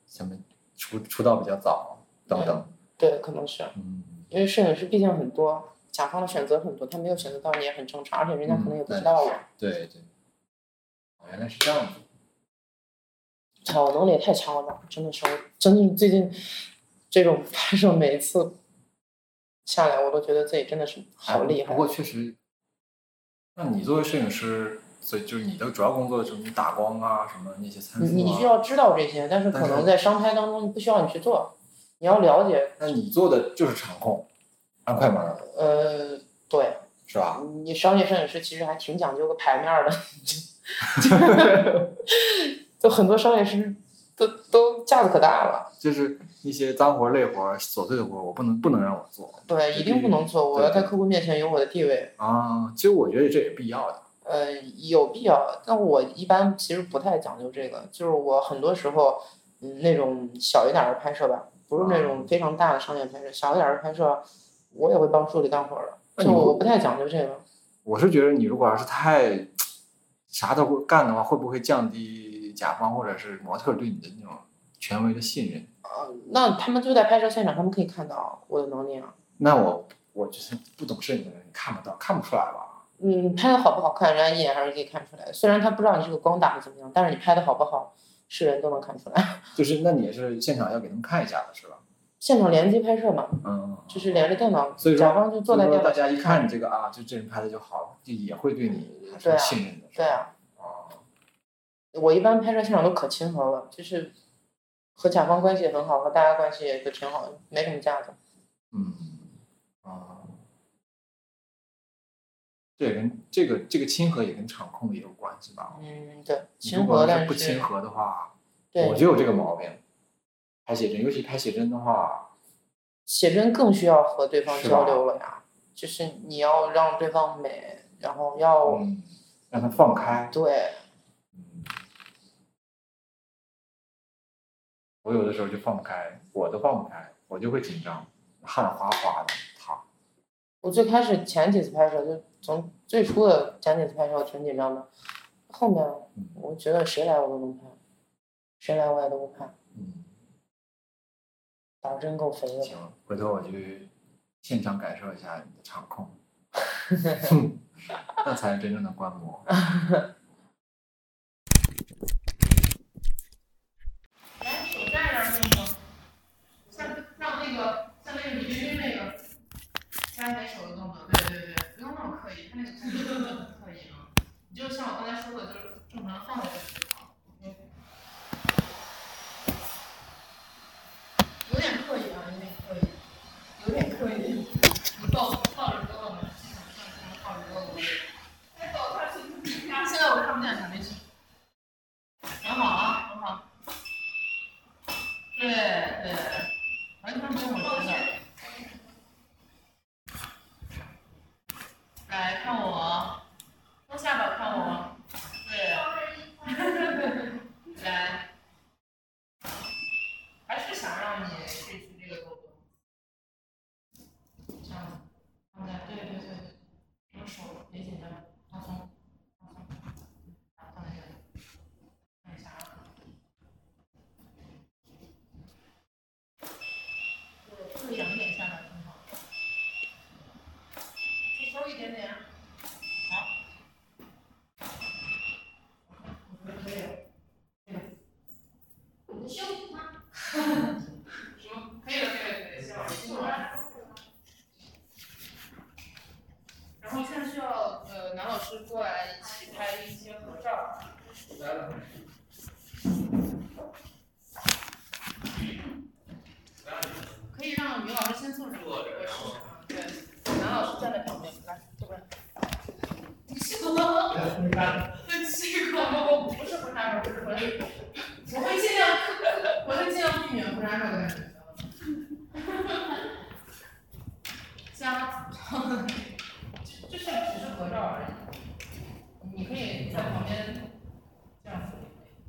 B: 什么出出道比较早等等，
C: 对，可能是
B: 嗯，
C: 因为摄影师毕竟很多，甲方的选择很多，他没有选择到你也很正常，而且人家可能也不知道我，
B: 对对，哦原来是这样子，
C: 操，我能力也太强了吧！真的是，我真的是最近这种拍摄，每一次下来，我都觉得自己真的是好厉
B: 哎
C: 害
B: 不。过确实，那你作为摄影师，所以就是你的主要工作就是你打光啊什么那些参数、
C: 你
B: 啊，
C: 你需要知道这些，但是可
B: 但
C: 能
B: 是
C: 在商拍当中不需要你去做，你要了解。
B: 那你做的就是场控，按快门儿
C: 呃，对
B: 是吧？
C: 你商业摄影师其实还挺讲究个牌面儿的， 就很多商业师都都架子可大了。
B: 就是一些脏活儿累活儿琐碎的活儿，我不能不能让我做
C: 对，一定不能做，我要
B: 对
C: 在客户面前有我的地位。
B: 啊。其实我觉得这也必要的，
C: 呃，有必要，但我一般其实不太讲究这个，就是我很多时候，嗯，那种小一点儿的拍摄吧，不是那
B: 啊
C: 种非常大的商业拍摄，小一点儿的拍摄，我也会帮助理干活儿的，
B: 那
C: 就
B: 你会
C: 我不太讲究这个。
B: 我是觉得你如果要是太啥都不干的话，会不会降低甲方或者是模特对你的那种权威的信任。
C: 呃那他们就在拍摄现场，他们可以看到我的能力啊。
B: 那我我就是不懂摄影的人，看不到，看不出来吧？
C: 嗯，拍的好不好看，人家一眼还是可以看出来的。虽然他不知道你这个光打的怎么样，但是你拍的好不好，是人都能看出来。
B: 就是那你也是现场要给他们看一下的是吧？
C: 现场连机拍摄嘛，
B: 嗯，
C: 就是连着电脑，
B: 所以说
C: 甲方就坐在
B: 所以
C: 电
B: 说大
C: 脑。
B: 家一看你这个啊，就这人拍的就好了，就也会对你还是
C: 对啊
B: 信任的。
C: 对啊，
B: 哦，
C: 我一般拍摄现场都可亲和了，就是和甲方关系也很好，和大家关系也都挺好的，没什么架子。
B: 嗯，啊，这也跟这个这个亲和也跟场控也有关系吧？
C: 嗯，对，
B: 你
C: 亲
B: 如果
C: 和，
B: 要
C: 但
B: 是
C: 是
B: 不亲和的话，
C: 对
B: 我就有这个毛病。拍写真，尤其拍写真的话，
C: 写真更需要和对方
B: 是吧
C: 交流了呀，就是你要让对方美，然后要、
B: 嗯，让他放开。
C: 对，
B: 嗯，我有的时候就放不开，我都放不开，我就会紧张，汗哗哗的。操，
C: 我最开始前几次拍摄，就从最初的前几次拍摄，我挺紧张的。后面
B: 嗯
C: 我觉得谁来我都能拍，谁来我也都不怕。
B: 嗯，
C: 胆儿真够肥的。
B: 行，回头我去现场感受一下你的场 控， 那才是真正的观摩。
E: 哎，手在那儿那个，像让那个像那个李云那个，加你手的动作，对对对，不用那么刻意，他那个 动作真的很刻意啊。你就像我刚才说的，就是正常放在这里就好，嗯有点刻意啊，有点刻意，有点刻意。你抱抱着胳膊吗？抱着胳膊。哎，抱他去，现在我看不见你，没事。很好啊，很好。对对，完全跟我似的。来看我，用下巴看我，对，来，还是想让你去去这个动作，这样子，放在，对对对，用手别紧张，放松，放松，然后放在这里，看一下啊。对，仰一点下来挺好。就收一点点。好。我觉得可以了。你修吗？什么？可以了，可以了，可以了，行了，辛苦了。然后现在需要呃男老师过来一起拍一些合照。来了。可以让于老师先坐着，坐着，对，男老师站在旁边，来，这边。气功，很气功，不是婚纱照，不是婚纱照，我会尽量，我会尽量避免婚纱照的感觉。 加，这这是只是合照而已，你可以在旁边这样子，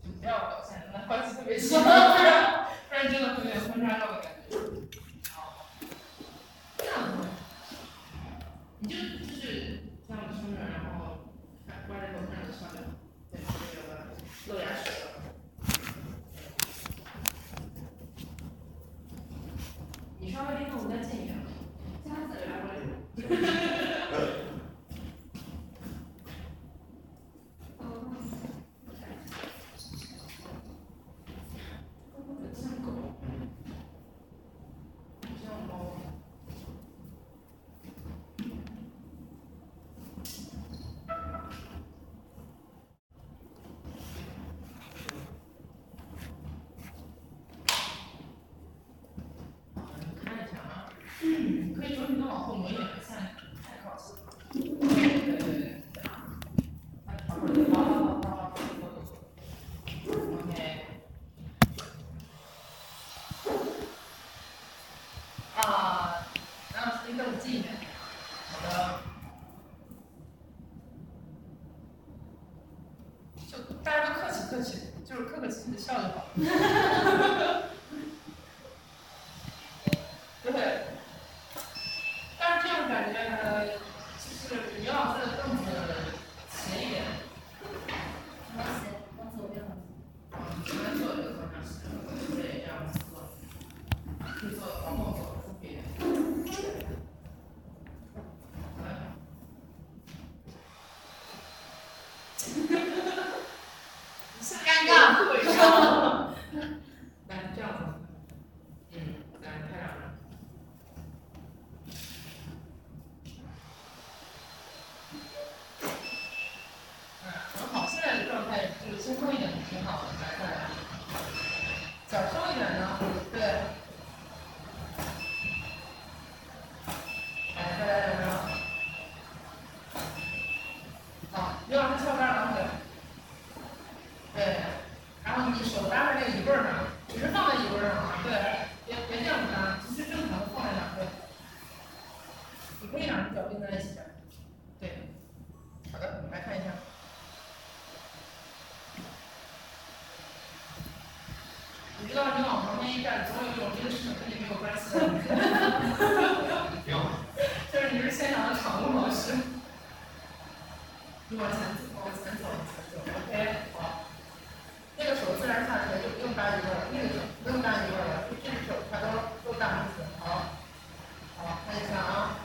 E: 就不要表现那关系特别亲，不然不然真的会有婚纱照的感觉。好，这样子，你就就是这样撑着，然后看挂在头上就算了，对，这个露牙齿了。你稍微离我们再近一点，加自然了。像狗，像猫。看一下啊，嗯，可以手指头往后挪一点，现在太靠近。对对对。好好好好好。OK。啊，然后离更近一点。好的。就大家都客气客气，就是客客气气的笑就好。对。但是这样感觉，呃，就是于老师的凳子斜一点。
F: 往左边，往左边，
E: 嗯 嗯你往前走，往前走，往前走，OK，好。那个手自然下垂，就不用搭一个了，那个手不用搭一个了，就这只手它都都搭上去了，好。好，看一下啊。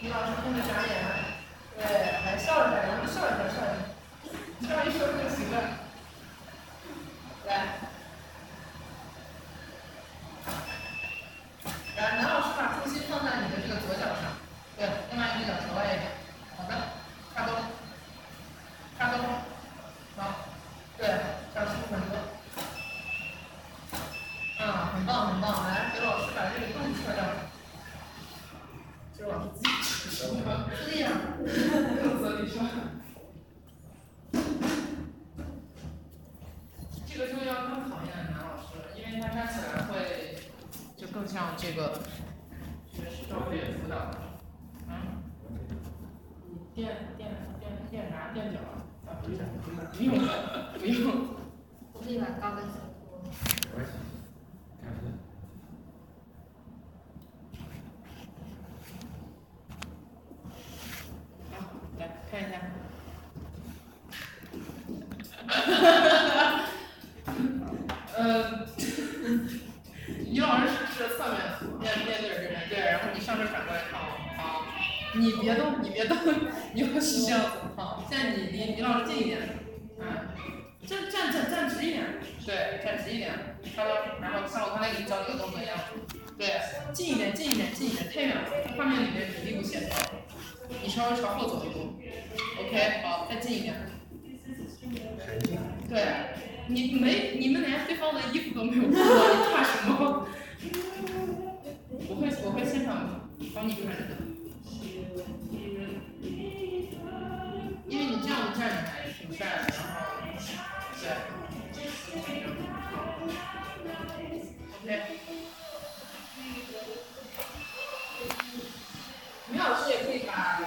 E: 李老师控制眨眼，对，来笑一下，咱们笑一下，笑一下，这样一说就行了。来。然后男老师把重心放在你的这个左脚上，对，另外一个脚朝外一点。好的，差不多，差不多，好，对，这样舒服很多。啊，很棒，很棒！来，给老师把这个动撤掉。这是老师自己说的，是这样。所以说，这个就要更考验男老师了，因为他站起来会就更像这个学士专业辅导。嗯，你垫垫垫垫啥？垫脚啊？啊，不是，不用，不用。
F: 我是一碗高跟鞋裤。
B: 没关系，没关系
E: 好，来看一下。呃，于老师是是侧面面面对着这边，对，然后你上这反过来看我，好，你别动，你别动， 你要是这样子，好，现在你离于老师近一点，嗯，站站站站直一点，对，站直一点，稍微，然后像我刚才给你教这个动作一样，对，近一点，近一点，近一点，太远了，画面里面比例不协调。你稍微朝后走一步，OK，好，再近一点。对，你没，你们连对方的衣服都没有碰到，你怕什么？我会，我会现场帮你看的。因为你这样站起来挺帅的，然后对，OK。女老师也可以把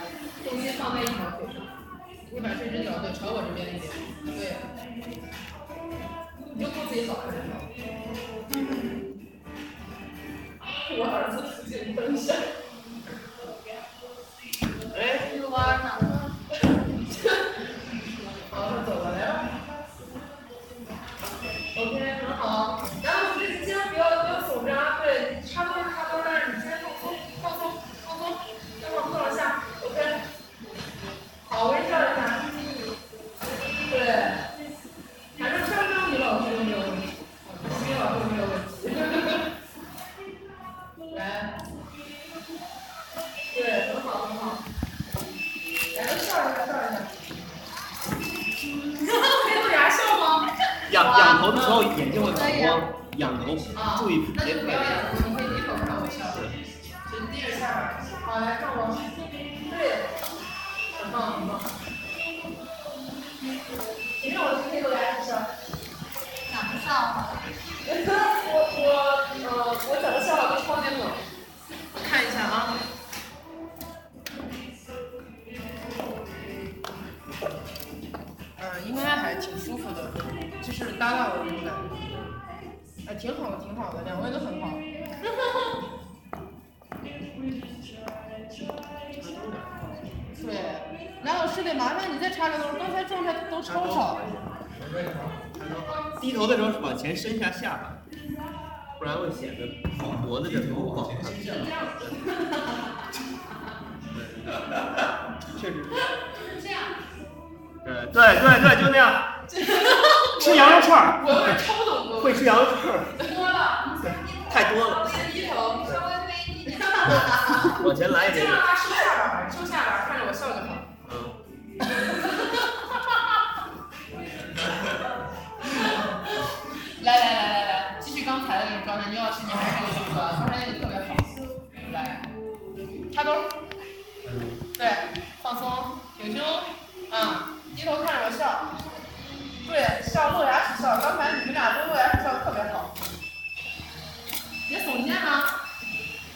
E: 重心放在一条腿上，你把这只脚对朝我这边一点，对，你就顾自己早一点我儿子出去登山。哎，
F: 遛弯儿呢，
E: 好，那走了，来吧。OK，很好。然后你这千万不要不要耸着，对，你差不多是差不多，但是你先放松，放松，放松，再往后往下，OK。好，我给你照一下。对，反正穿高女老师都没有问题，女老师没有问题。来，对，很好，很好。来，都笑一下，笑一下。没有牙笑吗？
G: 仰仰头的时候眼睛会反光，仰头
E: 啊，
G: 注意
E: 那
G: 别
E: 就不要仰头，你可以低头看我笑，就低着下巴。好，来看我，对，很棒很棒。你让我低头来笑，
F: 长得像吗？
E: 我我呃，我整个笑话都超级冷。看一下啊。嗯，应该还挺舒服的，就是搭档我这种感觉，哎，挺好的，挺好的，两位都很好。对，男老师得麻烦你再插个兜，刚才状态都超少。
G: 低头的时候往前伸一下下巴，不然会显得脖子这头啊不好看。 确实，
F: 这样，
G: 呃，对对对，就那样。吃羊肉串儿，
E: 我有点超懂了，
G: 会吃羊肉串儿，
F: 多了，你
G: 太多了，
F: 先低头，你稍微微低点，
G: 往前来一
E: 就
G: 点。
E: 让他收下巴，啊收下巴，看着我笑就好。
G: 嗯，
E: 来来来来来，继续刚才的那个状态，牛老师你还是这个动作，刚才那个特别好。来，插兜儿，对，放松，挺胸，啊，低头看着我笑，对，笑露牙齿笑，刚才你们俩都露牙齿笑得特别好，别耸肩啊，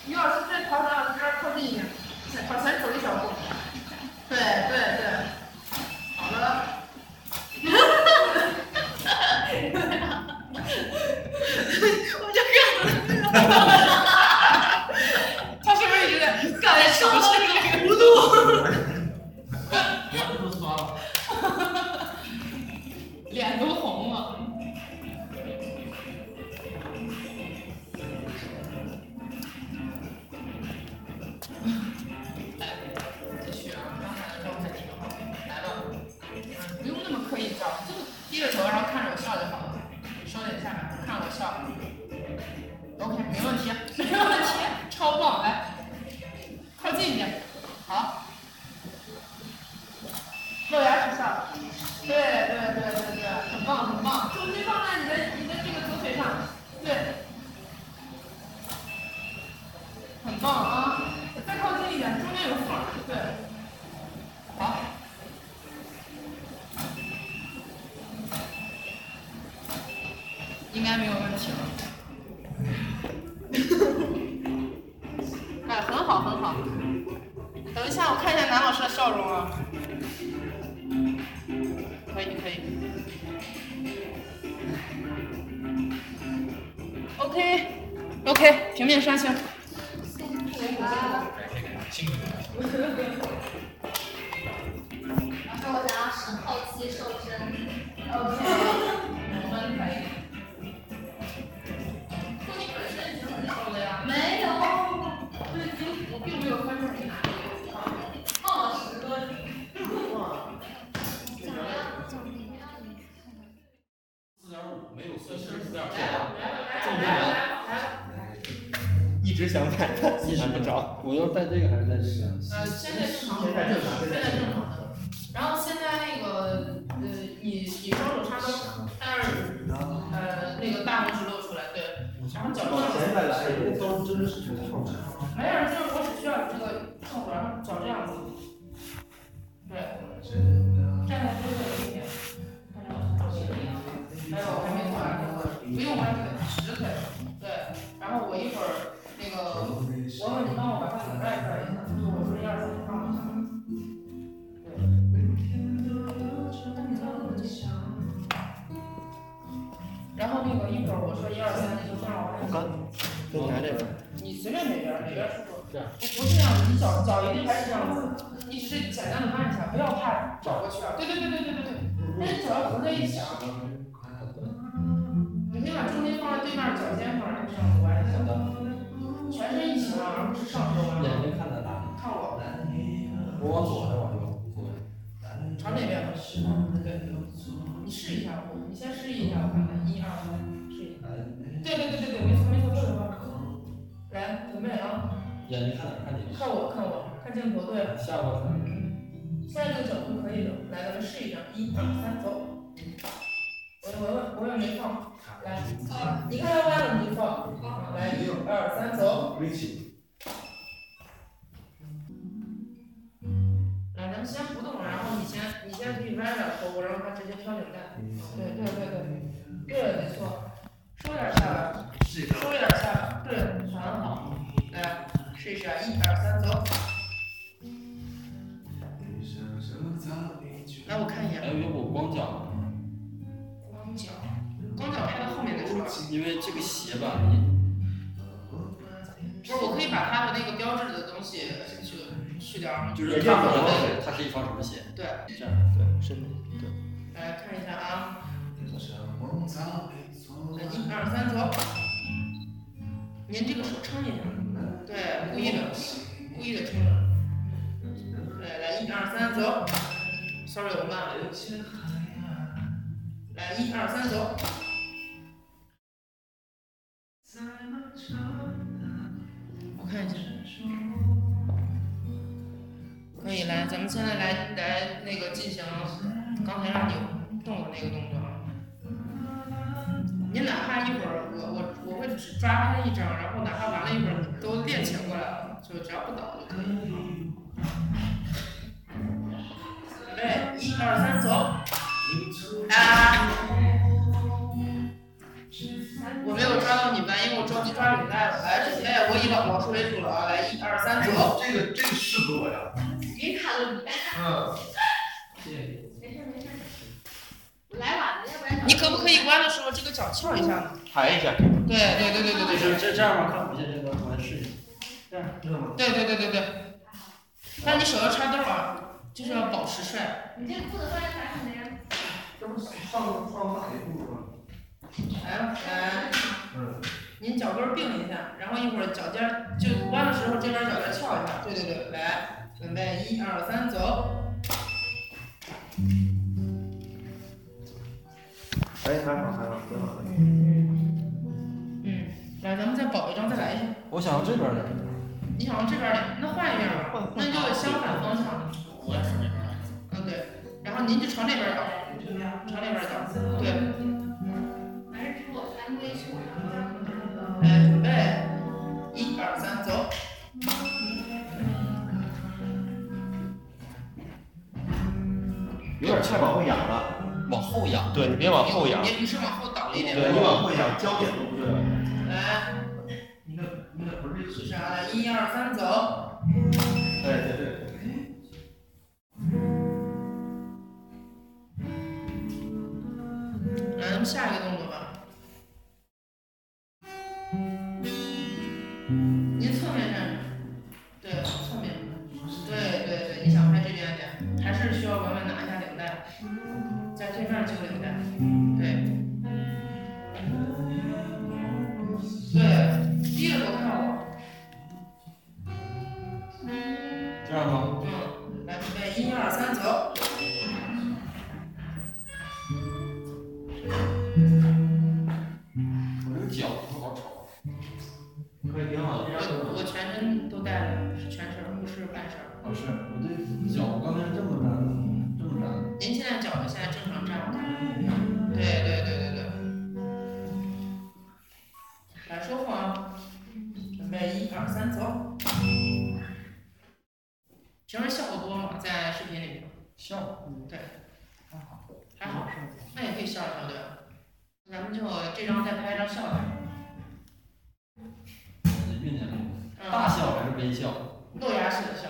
E: 牛老师再朝咱老师这边靠近一点，再往前走一小步，对对对，好了。我就干了。他是不是有点干什么？糊涂。嗯啊，再靠近一点，中间有缝儿，对。好。应该没有问题了。哎，很好，很好。等一下，我看一下男老师的笑容啊。可以，可以。OK，OK，、平面杀青。
F: 然后我想要省后期瘦身，
E: 我们可以。说你本身已经很瘦了呀，
F: 没有，
E: 就已经我并没有关注你哪里有胖。
F: 胖了十多斤。
G: 四点五没有算是四点二，正常。一直想买，但是买不着。
B: 我要带这个还是带这个？
E: 呃，现在正常，现在正常的。然后现在那个呃，以以双手插兜，但是呃那个大拇指露出来，对。然后脚正
G: 往前再来，都真是后面。
E: 没事，哎就是我只需要这个动作，然后脚这样子。对，站在桌子里面，看着我做的一样。哎，我还没过来呢，不用弯腿，直腿。对，然后我一会儿那个，我问你帮我把它领带拽一下，就是我说一二三四放一下。然后那个一会儿我说一二三，你就这样往
G: 我
E: 外走。
G: 刚就拿这个，
E: 你随便哪边儿哪边儿舒服。
G: 啊
E: 不不是这样子，你脚脚一定还是这样子，你只是简单的按一下，不要怕找过去啊。对对对对对对对，但是脚要合在一起啊。你可以把重心放在对面儿脚尖上，然后上头弯一下，全身一起弯，而不是上头弯。
G: 眼睛看在哪？
E: 看我，
G: 我往左还是往右？
E: 朝哪边？对，你试一下我，你先试一下，我看看，一二三，试一下。对对对对对，没错没错，就是这样来，准备啊！
G: 眼睛看哪？看你
E: 看我，看我，看镜头，对。
G: 下巴看。
E: 现在这个角度可以的，来，咱们试一下，一二三，走。我我我也没放，来，你看他弯了你就放，来，一二三，走。
G: 一起。
E: 来，咱们先不动，然后你先你先可以弯着头，然后他直接挑领带。对对对对，对，没错，收点下来，
G: 试一下。
E: 收一点下来，对，很好。来，试一下，一二三，走。来，我看一眼，
G: 哎，要不我光脚，
E: 光脚，光脚拍到后面再说吧。
G: 因为这个鞋吧，你
E: 不是，我可以把他的那个标志的东西去去掉吗？
G: 就是看不着它是一双什么鞋。
E: 对，
G: 这样，对，身体，对。
E: 来看一下啊。一二三，走。您这个手撑嗯一下，对，故意的，故意的撑着。对，来一二三，走。sorry，我慢了。来一二三，走。我看一下。可以来，咱们现在来来那个进行刚才让你动的那个动作啊。你哪怕一会儿我我我会只抓拍一张，然后哪怕完了一会儿你都练起来过来了，就只要不倒就可以。对，一二三，走。啊！我没有抓到你们，因为我着急抓领带了。来，这哎，我以老老师为主了啊！来，一二三，走。
H: 这个这个适合我呀。
F: 别看了你，
H: 嗯，
F: 没事没事。我来晚了，要不然
E: 你可不可以弯的时候这个脚翘一下呢？
G: 抬一下。
E: 对对对对对对
G: 这这这样吧，看我现在这个，我来试一下。
E: 对对对对对。但你手要插兜啊，就是要保持帅。
F: 你这裤子穿的啥什么呀？
H: 这不是上上大学部吗？
E: 来来，
H: 嗯，
E: 哎您脚跟儿并一下，然后一会儿脚尖儿就弯的时候，这边儿脚尖儿翘一下。对对对，来，准备一二三，走。
B: 哎，还好还好，挺好的。
E: 嗯，来，咱们再保一张，再来一下。
G: 我想要这边的。
E: 你想往这边儿的，那换一边儿吧，那就得相反方向。
G: 我也是这边。
E: 嗯，对。然后您就朝那边儿脚，朝那边儿脚。对，
F: 完事之后我犯规是吧？
E: 哎来，准备，一二三，走。
G: 去往后仰了，
I: 往后仰，
G: 对你别往后仰，
C: 你平时往后倒了一点。
G: 对你往后仰，焦点都不对了。
C: 来，
J: 你那你那不是
C: 是啥来？一二三，走。哎
G: 对对对，
C: 来，咱们下一个动作吧。您侧面站着，对，侧面，对对对，你想拍这边的，还是需要往外拿一下领带，在对面揪领带，对，
E: 嗯
C: 对，低着头看我，
G: 这样吗？
C: 嗯，来，准备一二三，走。
G: 我这个脚好丑。啊可以挺好的，
C: 我我全身都带了，是全身儿，不是半身儿。
G: 不哦是我这脚刚才这么站，这么站。
C: 您现在脚现在正常站着，对对对对对。来收腹啊，准备一二三，走。平时效果多吗？在视频里面？
G: 笑，
C: 嗯，对。还好，还好是吧？那也可以笑一笑，对吧？咱们就这张再拍一张笑的，
G: 运气好。大
C: 嗯，
G: 笑还是微笑？
C: 露牙式的笑。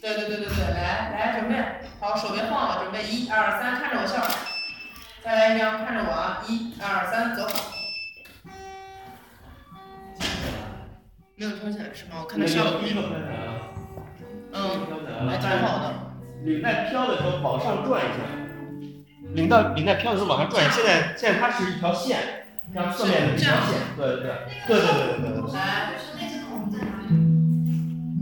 C: 对对对对对，来来，准备好，手别晃了，准备一二三，看着我笑。再来一张，看着我啊，一二三，走。没有挑起来是吗？我看他笑的，
G: 第一个拍起来了，
C: 嗯，
G: 飘起来
C: 还
G: 了，
C: 挺
G: 但
C: 好
G: 是
C: 的。
G: 领带飘的时候往上转一下，领带领带飘的时候往上转一下。现在现在它是一条线，这样侧面的一条线，对对对对对对对对。
C: 来
E: 就是那只孔在哪里？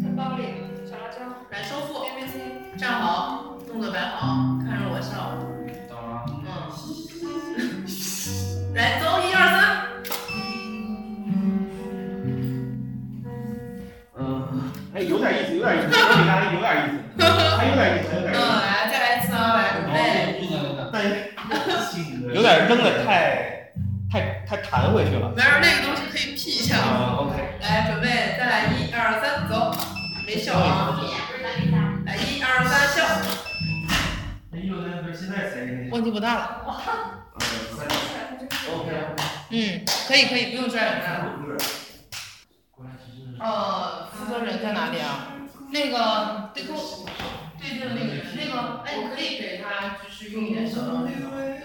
E: 在包里，找到之后
C: 来收腹，A B C，站好，动作摆好，看着我笑。
G: 等会儿啊，
C: 嗯，来走，一二三，
G: 嗯，哎，有点意思，有点意思，我给大家有点意思，还有点意思，还有点意
C: 嗯，
G: 思。
C: 来再来一次啊，来准备，
G: 但是
J: 性格
G: 有点扔的太太太弹回去了。
C: 没事，那个东西可以 P 一下。
G: 啊，OK，
C: 来准备，再来一二三，走，没笑啊，
E: 闭眼不是蓝领带。
C: 来一二三笑，
J: 哎呦，那不是现在才给你
C: 问题不大了。
J: 三，OK，
C: 嗯，可以可以，不用拽人了。
J: 五个，果然是真的
C: 呃，负责人在哪里啊？那个对跟我对对那个人，那个哎，我可以给他就是用一点小道具吗？对吧？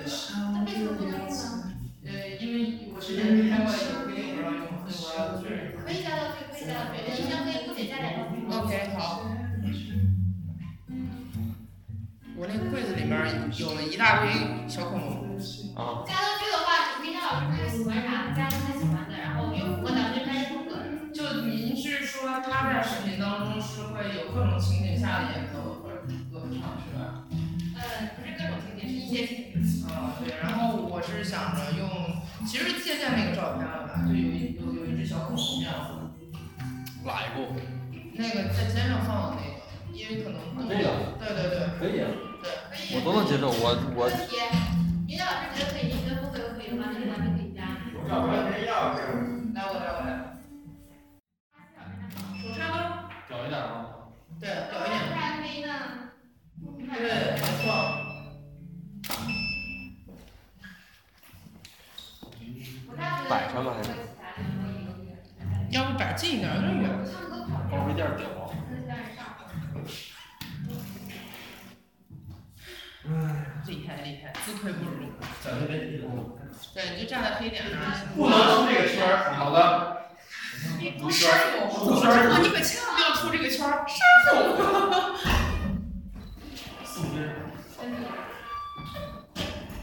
E: 那为什么不能用呢？
C: 呃，因为我之前拍过一个微博，所以我要确认。
E: 可以加道具，可以加道具，你们可以不仅加两道具吗？
C: OK，好。我那柜子里面有一大堆小恐龙。
G: 啊，
E: 加道具的话，你可以让老师看喜欢啥，加他喜欢的，然后又符合咱们这拍风格。
C: 就您是说他在视频当中是会有各种情景下的演奏或者歌唱是吧？
E: 呃，不是各种情景，是一些情景。
C: 嗯，对。然后我是想着用，其实借鉴那个照片了吧，就有一有有一只小恐龙这样子。
G: 哪一部？
C: 那个在肩上放的那个，因为可能动
G: 这个
C: 对对对
G: 可以啊。
C: 对，
E: 可以。
I: 我都能接受，我我
E: 可以。您老师觉得可以，您觉得不可以可以的话，那就咱们可以加。
J: 我找半天钥匙，
C: 来我来我来，手插兜，
G: 小一点吗？
C: 对，有一点，
E: 还可以呢。
C: 对，没错，
I: 摆上吧还是
C: 要不摆近一点，有点远。
G: 包围垫屌啊！
C: 厉害厉害，自愧不如。
G: 小心别踢
C: 对，你就站在黑点啊上。
G: 不能出这个圈儿。好的，
C: 你不是我，我知道你可千万不要出这个圈儿，杀我！
J: 四五个人，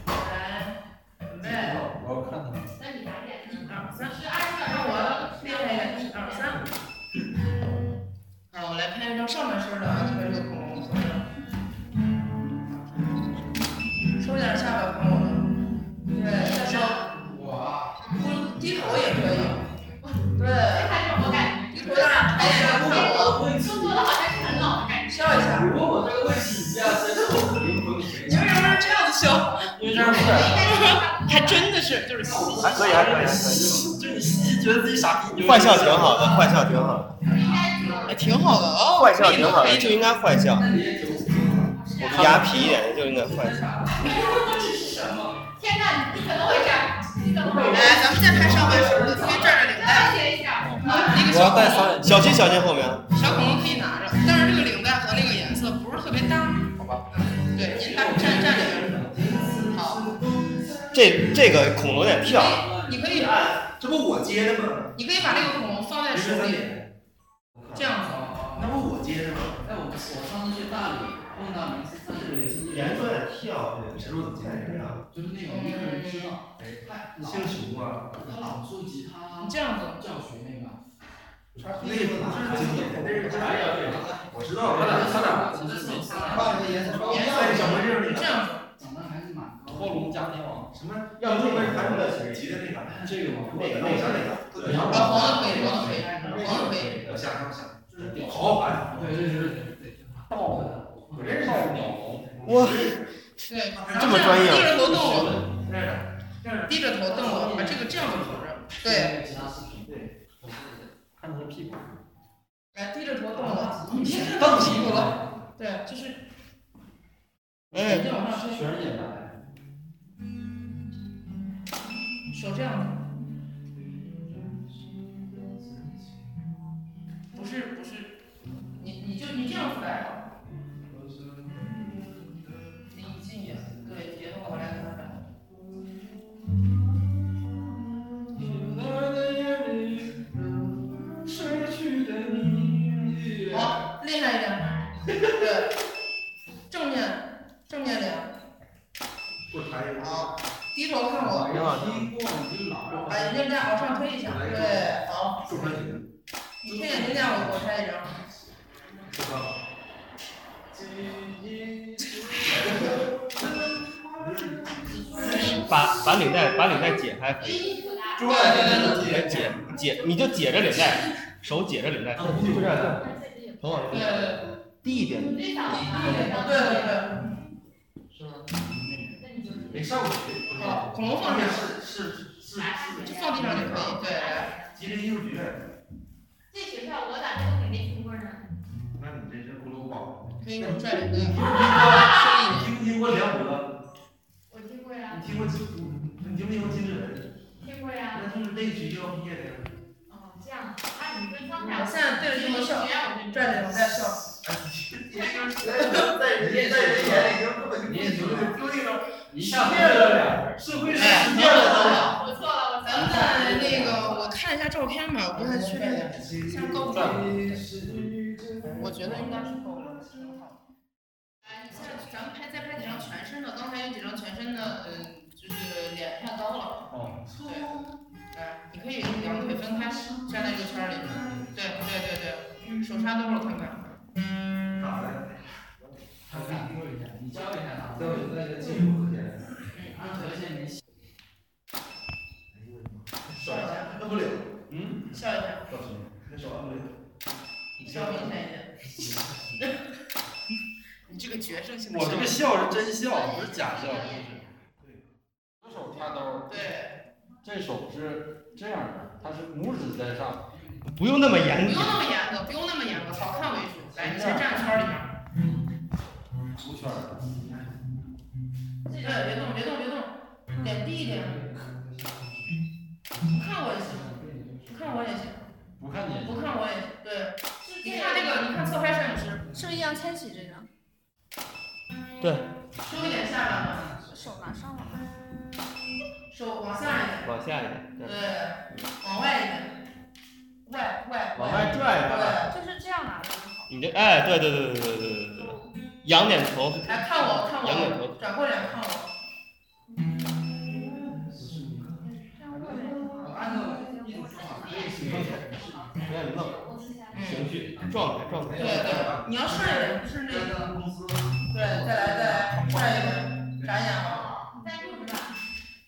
C: 来，准备，
G: 我要看看。
E: 那你答辩。
C: 一二三，看我厉害呀，一二三。好，我来拍一张上半身的啊，你看这个恐龙的合照。收点下巴看我。对，
I: 嗯
C: 再收。
G: 我啊
C: 不低头也可以。对，
E: 我感
C: 低头当然抬眼不
E: 觉，
C: 头，
E: 中国的好像是很老的感觉。
C: 笑一下。
G: 如果我这个位置一下，真是我灵魂谁
C: 你为什么这样子笑？
G: 因为这样不对。
C: 还真的是，就是嘻
I: 还可以，还可以，还可以。
G: 就你心里觉得自己傻逼，你就
I: 坏笑挺好的，坏笑挺好的，
C: 还挺好的哦。
I: 坏笑挺好的，
C: 美女
I: 就应该坏笑。
G: 那你也挺。
E: 是
C: 我牙痞一点的就是那坏笑。
E: 这是什么？天呐，你怎么回事？你怎么回事？
K: 哎，咱们再拍上半身，我今天拽着领
E: 了
K: 带，
E: 解一下。
K: 那个
C: 我要
K: 小
C: 带三，小心小心后面。
K: 小恐龙可以拿着，但是这个领带和那个颜色不是特别搭，好吧？对，您拿站站里边，好，
C: 这这个恐龙有点跳，
K: 你可以，
G: 哎这不我接的吗？
K: 你可以把那个恐龙放在手里，这样子。哦
G: 那不我接的吗？
I: 哎，我我上次去大理碰到一次，他这里是
L: 颜色有点跳，
G: 谁说我怎么接的呀？
I: 就是那种没有人知道，他老
G: 姓熊啊？
I: 他老做吉他
K: 你这样子，
I: 教学那个，
G: 那不是经典，那是我知道，
I: 他
G: 咱俩咱俩
I: 其实是
G: 换个颜色，
K: 色
G: 怎么认识
K: 这样子，
I: 长得还是蛮高龙加天王，
G: 什么？要不就是咱们的急的那个，
I: 这个嘛，
G: 那个那个
I: 然
G: 那
I: 后
G: 个，
K: 黄的可以，黄的可以，黄的可以。
G: 要下上下，
I: 就是屌，
G: 好烦，
I: 对，这是倒的，
G: 我认识
I: 倒鸟龙，
C: 哇，
K: 对，
C: 这么专业
K: 低着头瞪我，
G: 认识。
K: 低着头瞪我，把这个这样子扶着。对，
I: 对，吉他视频，对，看他的屁股，
K: 来低着头瞪我，
I: 当
K: 屁股了。对，就是
C: 哎
K: 一定要往上
I: 全是眼白，
K: 推，手这样子。不是不是，你你就你这样扶来了。你近一点，对，别弄我来给他摆。好，厉害一点。对，正面，正面脸，
G: 不是还有
K: 好，低头看我，
C: 挺好听。
I: 听过你就老
K: 把眼镜架往上推一下，对，好，
G: 坐船椅，
K: 你推眼镜架，我我拍一张。
G: 坐船。
E: 哎
C: 把把领带把领带解开，
K: 对对对
C: 来解解，你就解着领带，手解着领带，就这
E: 哎
C: 样，头往
K: 对对
C: 低一点，
K: 对对，
G: 没上过学，
K: 好，恐龙放下，
G: 是是是是，
K: 就放地上就可以，对。
G: 吉林艺术学院。
E: 这学校我咋就没听过呢？
G: 那你这真不漏报。
K: 可以给我拽领带， 深一
G: 你听
K: 点。
G: 没听过梁博？
E: 我听过呀，
G: 你听过金？你听没听过金志文？
E: 听过呀。
G: 那就是那学校毕业的呀。
E: 哦，这样，那你跟方
K: 我
E: 长
K: 现在对着镜头笑，拽着领带笑。
G: 在人家在人眼里就根本就不行，就那种
I: 一
G: 下
I: 下
G: 面的俩，社会
K: 哎，
G: 上
K: 你
G: 面的
E: 我错了，我
K: 咱们在那个，我看一下照片吧，我不太确定，像高中，我觉得应该是够了，挺好的。哎，现在咱们拍再拍几张全身的，刚才有几张全身的，嗯，就是脸太高了。
L: 哦，
K: 对，来，你可以两腿分开，站在一个圈儿里。对对对对，手插兜了看看。
G: 咋的？
I: 他感过一下，你教一下他，
G: 在我在一个技术课间，
I: 让头先你
G: 爽一下，摁不了，
L: 嗯，
K: 笑一下，
G: 告诉你，那手摁不了。
K: 笑明显一点。你这个决胜性的
I: 我这个笑是真笑，不是假笑，这手插兜，
K: 对，
I: 这手是这样的，它是拇指在上，
C: 不用那么
K: 不
C: 严
K: 用
C: 格。
K: 那么严格，不用那么严格，好看为主。来，你先站圈里面。
I: 出圈儿，
K: 对，别动，别动，别动，脸低一点。不看我也行，不看我也行，
I: 不看你，
K: 不看我也行。对，你看这个，你看侧拍摄影师，
D: 是易烊千玺这张，
K: 收一点下半吧，
D: 手拿上了。
K: 手往下一点。
C: 往下一点，
K: 对，往外一点，外外
L: 往外拽一下。
K: 对，
D: 就是这样拿的就好。
C: 你这哎，对对对对对对对对，仰点头，
K: 来看我看
C: 仰点
K: 我，
C: 头，
K: 转过脸看我，
D: 这样握着也挺好。
I: 按照意思往这个形
C: 不要你弄情绪状态状态
K: 对。对，你要帅一点，不是那个，
G: 公司
K: 对，再来再来，帅一点，眨眼了，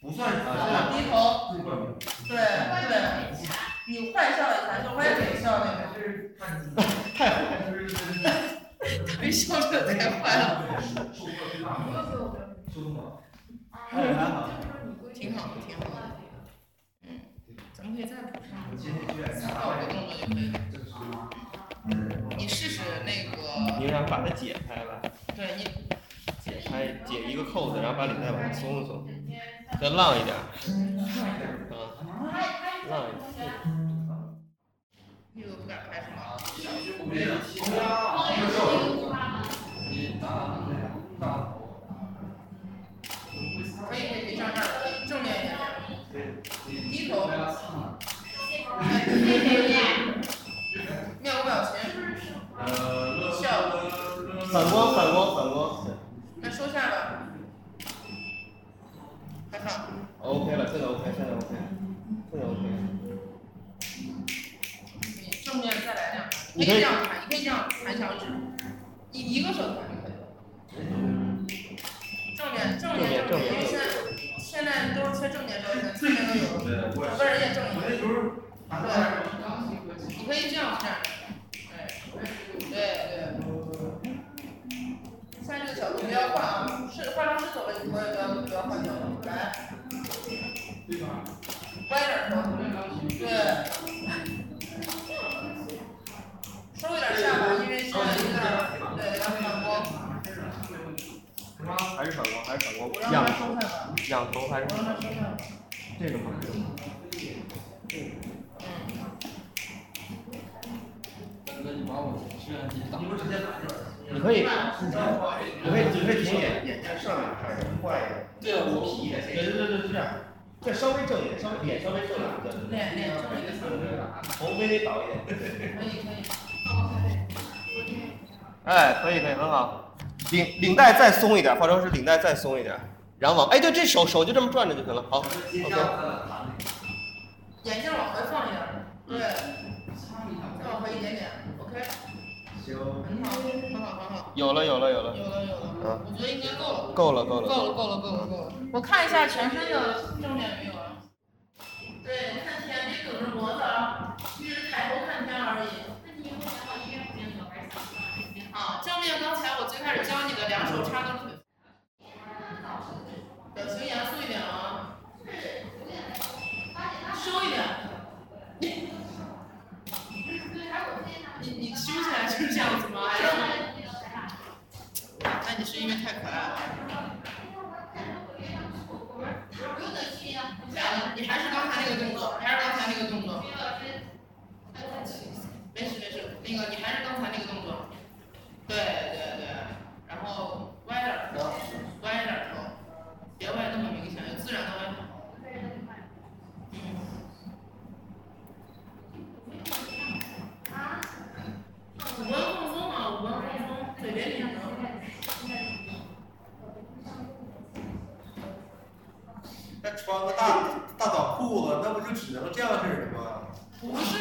G: 不算是
K: 好，低头，
G: 最冠名，
K: 对对，你坏笑一下，就歪嘴笑那个，
G: 是看你
K: 太笑的太坏了，
G: 收获最大的，收获吗？
L: 哎，还好。
K: 挺好挺好，嗯，咱们可以再补上
G: 我今天去
K: 三到五个动作就可以了，
G: 这个是
K: 你试试那个，
C: 你想把它解开吧？
K: 对你
M: 开解一个扣子，然后把领带往上松一松，再浪一点，啊，浪一点。
K: 那个不敢拍是吗？可以可以可以，上这儿，正面一点，低头，面无表情，笑，
G: 反光反光反光
K: 那收下吧，还好，
G: ，OK 了，现在 OK，现在 OK，现在 OK。
C: 嗯
K: 正面再来两个，可
G: 你
K: 以
G: 可以
K: 这样弹，你可以这样弹小指，一一个手弹就可以了。正面正面正面，因为现在现在都是缺正面正面，侧面都有，两个人也正面。对，你可以这样站着，对，对对。现在这个角度不要换啊，是化妆师走了，你不要不要不要换角度，来，歪点头，对。收一点下巴，因为现在有点儿对，要反光。
G: 还是反光，还是反光，
K: 让
G: 仰
K: 他
G: 头
K: 收下吧，
G: 仰头还是
K: 让他收下吧。
G: 这个吗？这个吗
I: 哥，你把我摄像机挡。你不直接拿这儿？
G: 你可以，你可以，你可以停眼眼睛上面看，换一下。
I: 对啊我
G: 皮对对对对，是这样。再稍微正一点，稍微脸稍微正一点，对对
K: 脸脸正一点
G: 对，头微微倒一点。
K: 可以可以。
G: 哎，可以可以，很好。领领带再松一点，化妆师领带再松一点，然后往哎对，这手手就这么转着就行了。好，OK。
K: 眼镜往回放一点儿，对，再往回一点点，OK。
G: 行，
K: 很好，很好，很好。
G: 有了有了有了。
K: 有了有了。
G: 啊，
K: 我觉得应该够了。
G: 够了够了。
K: 够了够了够了够了。我看一下全身的正面没有啊？对，你看天，别梗着脖子啊，一直抬头看天而已。啊，正面刚才我最开始教你的，两手插到腿，表情严肃一点啊，收一点。 你你修起来就是这样子吗？还是？那你是因为太可爱了。你还是刚才那个动作，还是刚才那个动作。没事没事，那个你还是刚才那个动作。对对对，然后歪点儿头，歪点儿头，别歪那么明显，就自然的歪头。五官放松啊，五官放松，嘴别紧张。
I: 那穿个大大短裤子，那不就只能这样式的吗？
K: 不是，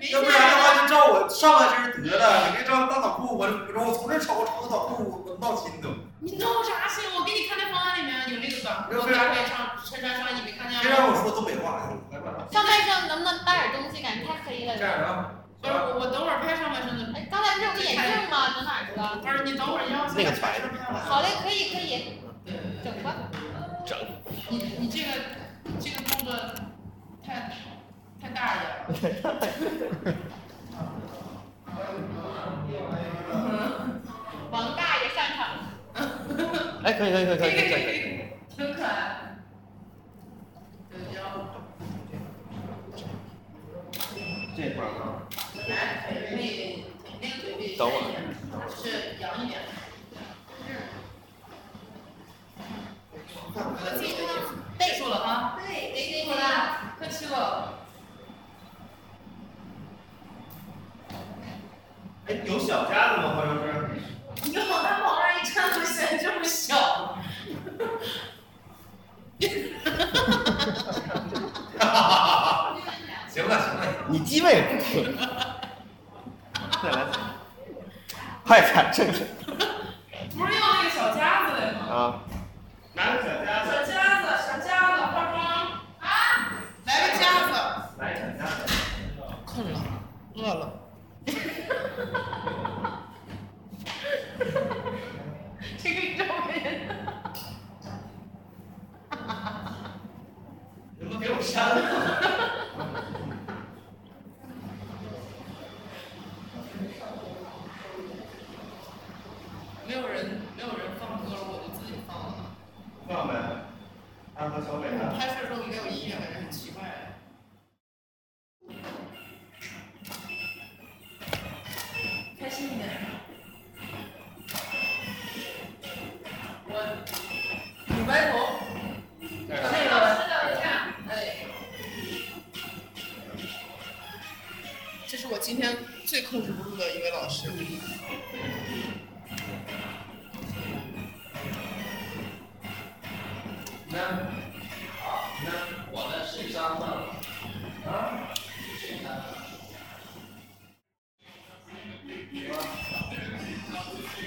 K: 你没
I: 要不然的话，就照我上半身得了。你别照大短裤，我我从这瞅，我瞅短裤，我闹心都。
K: 你闹啥心？我给你看那方案里面有那个短裤搭配上衬衫上衣，没看见吗？啊
I: 别让我说东北话，来吧。
E: 上半身能不能搭点东西？感觉太黑了。
I: 这样啊。
K: 不是，我我等会儿拍上半身的。
E: 哎，刚才不是有个眼镜吗？整哪儿去了？
K: 不是，你等会儿要
G: 那个白的。
E: 好嘞，可以可以，整吧。
G: 整。
K: 你你这个这个动作太太大一点了。
E: 王大爷上场了。
G: 哎，可以可以可以可以可以可以。
K: 挺可爱。对比较
G: 这块儿啊，
K: 来，腿可以，那个腿可以
G: 等会
K: 伸一点
G: 儿，
K: 就是扬一点。我进结束了啊。
E: 对
K: 结束了，客气了。
G: 哎，有小家子吗？化妆师？
K: 你往他往那儿一站，就显得这么小。
I: 行了行了，
G: 你机位。再来。 快看这个
K: 不是用那个小夹子来吗？
G: 啊，拿个小夹
K: 小夹子，小夹子，化妆啊，来个夹子。
G: 来个小夹子。
K: 困了，饿了。这个照片。
I: 你们给我删了。
K: 没有人，没有人放歌了，我就自己
I: 啊
K: 是我今天最控制不住的一位老师。
N: 那好，那我的水上换了啊，水上
K: 可以可以可以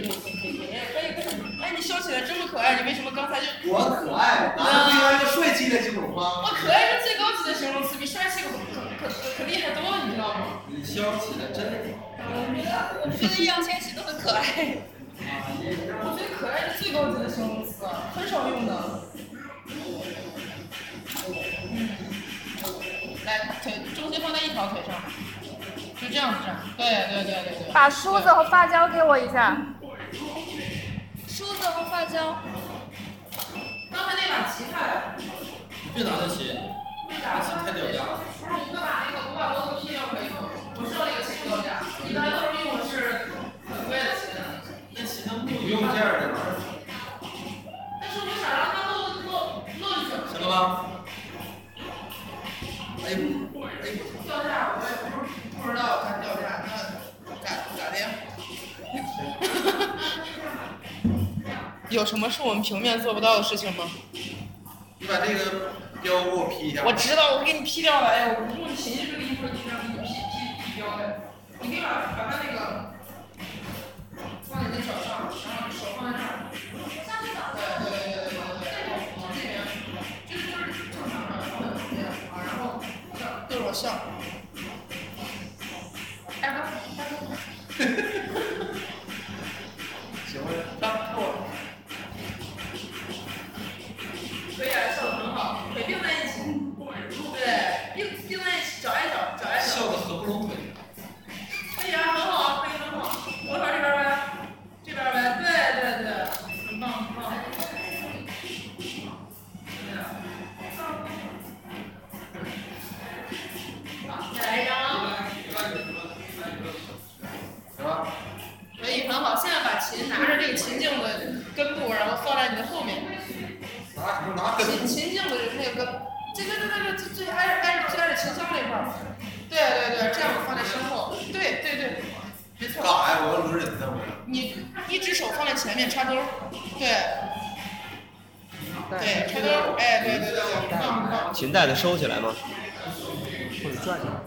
K: 可以可以，哎不是，哎你笑起来这么可爱，你为什么刚才就
I: 我可爱，难道不应该是帅气的形容吗？
K: 我可爱是最高级的形容词，比帅气可可可可厉害多了，你知道吗？
N: 你消气的真好。
K: 我觉得我觉得易烊千玺都很可爱。我觉得可爱是最高级的形容词，很少用的。嗯，来腿重心放在一条腿上，就这样这样，对对对对对。
O: 把梳子和发胶给我一下。
K: 梳子和发胶。刚才那把棋看，
N: 别拿它骑，拿骑太掉价了。
E: 我把那个我把我的东西要回头，我知道那个谁掉价，一般都是用的是很贵的鞋，那鞋的木
N: 不用这样的玩儿，
E: 但是我想让它露露露一手，
N: 行了吧？哎呦，
K: 掉价我也不是不知道它掉价，那咋咋的呀？有什么是我们平面做不到的事情吗？
N: 你把这个标给我 P 一下。
K: 我知道，我给你 P 掉了。哎呦，我不寻思这个衣服就让你 P P P 掉的，你可以把把它那个放在你的脚上，然后手放在这儿。对对对对对对，往这边，这就是正常的，放在这边啊，然后这样对着我笑。大哥，大哥。
N: 行了，当我。
K: 可以啊，笑的很好，腿并在一起，对，并并在一起，找一找，找一找。
N: 笑得合不拢腿。
K: 可以啊，很好啊，可以很好。我朝这边儿歪，这边儿歪，对对对，很棒很棒。再来一张啊，
N: 行吧？
K: 可以很好。现在把琴拿着这个琴颈的根部，然后放在你的后面。
N: 拿什么拿根
K: 琴琴颈的那个根，这这这这这最挨着挨着最挨着琴箱那块儿。对对对，这样放在身后。对对对，没错
N: 干。啥呀？哎我要轮人呢，我。
K: 你一只手放在前面插兜儿，对，对，插兜儿，哎，对对对对，棒棒。
N: 琴带子收起来吗？
B: 或者转一下。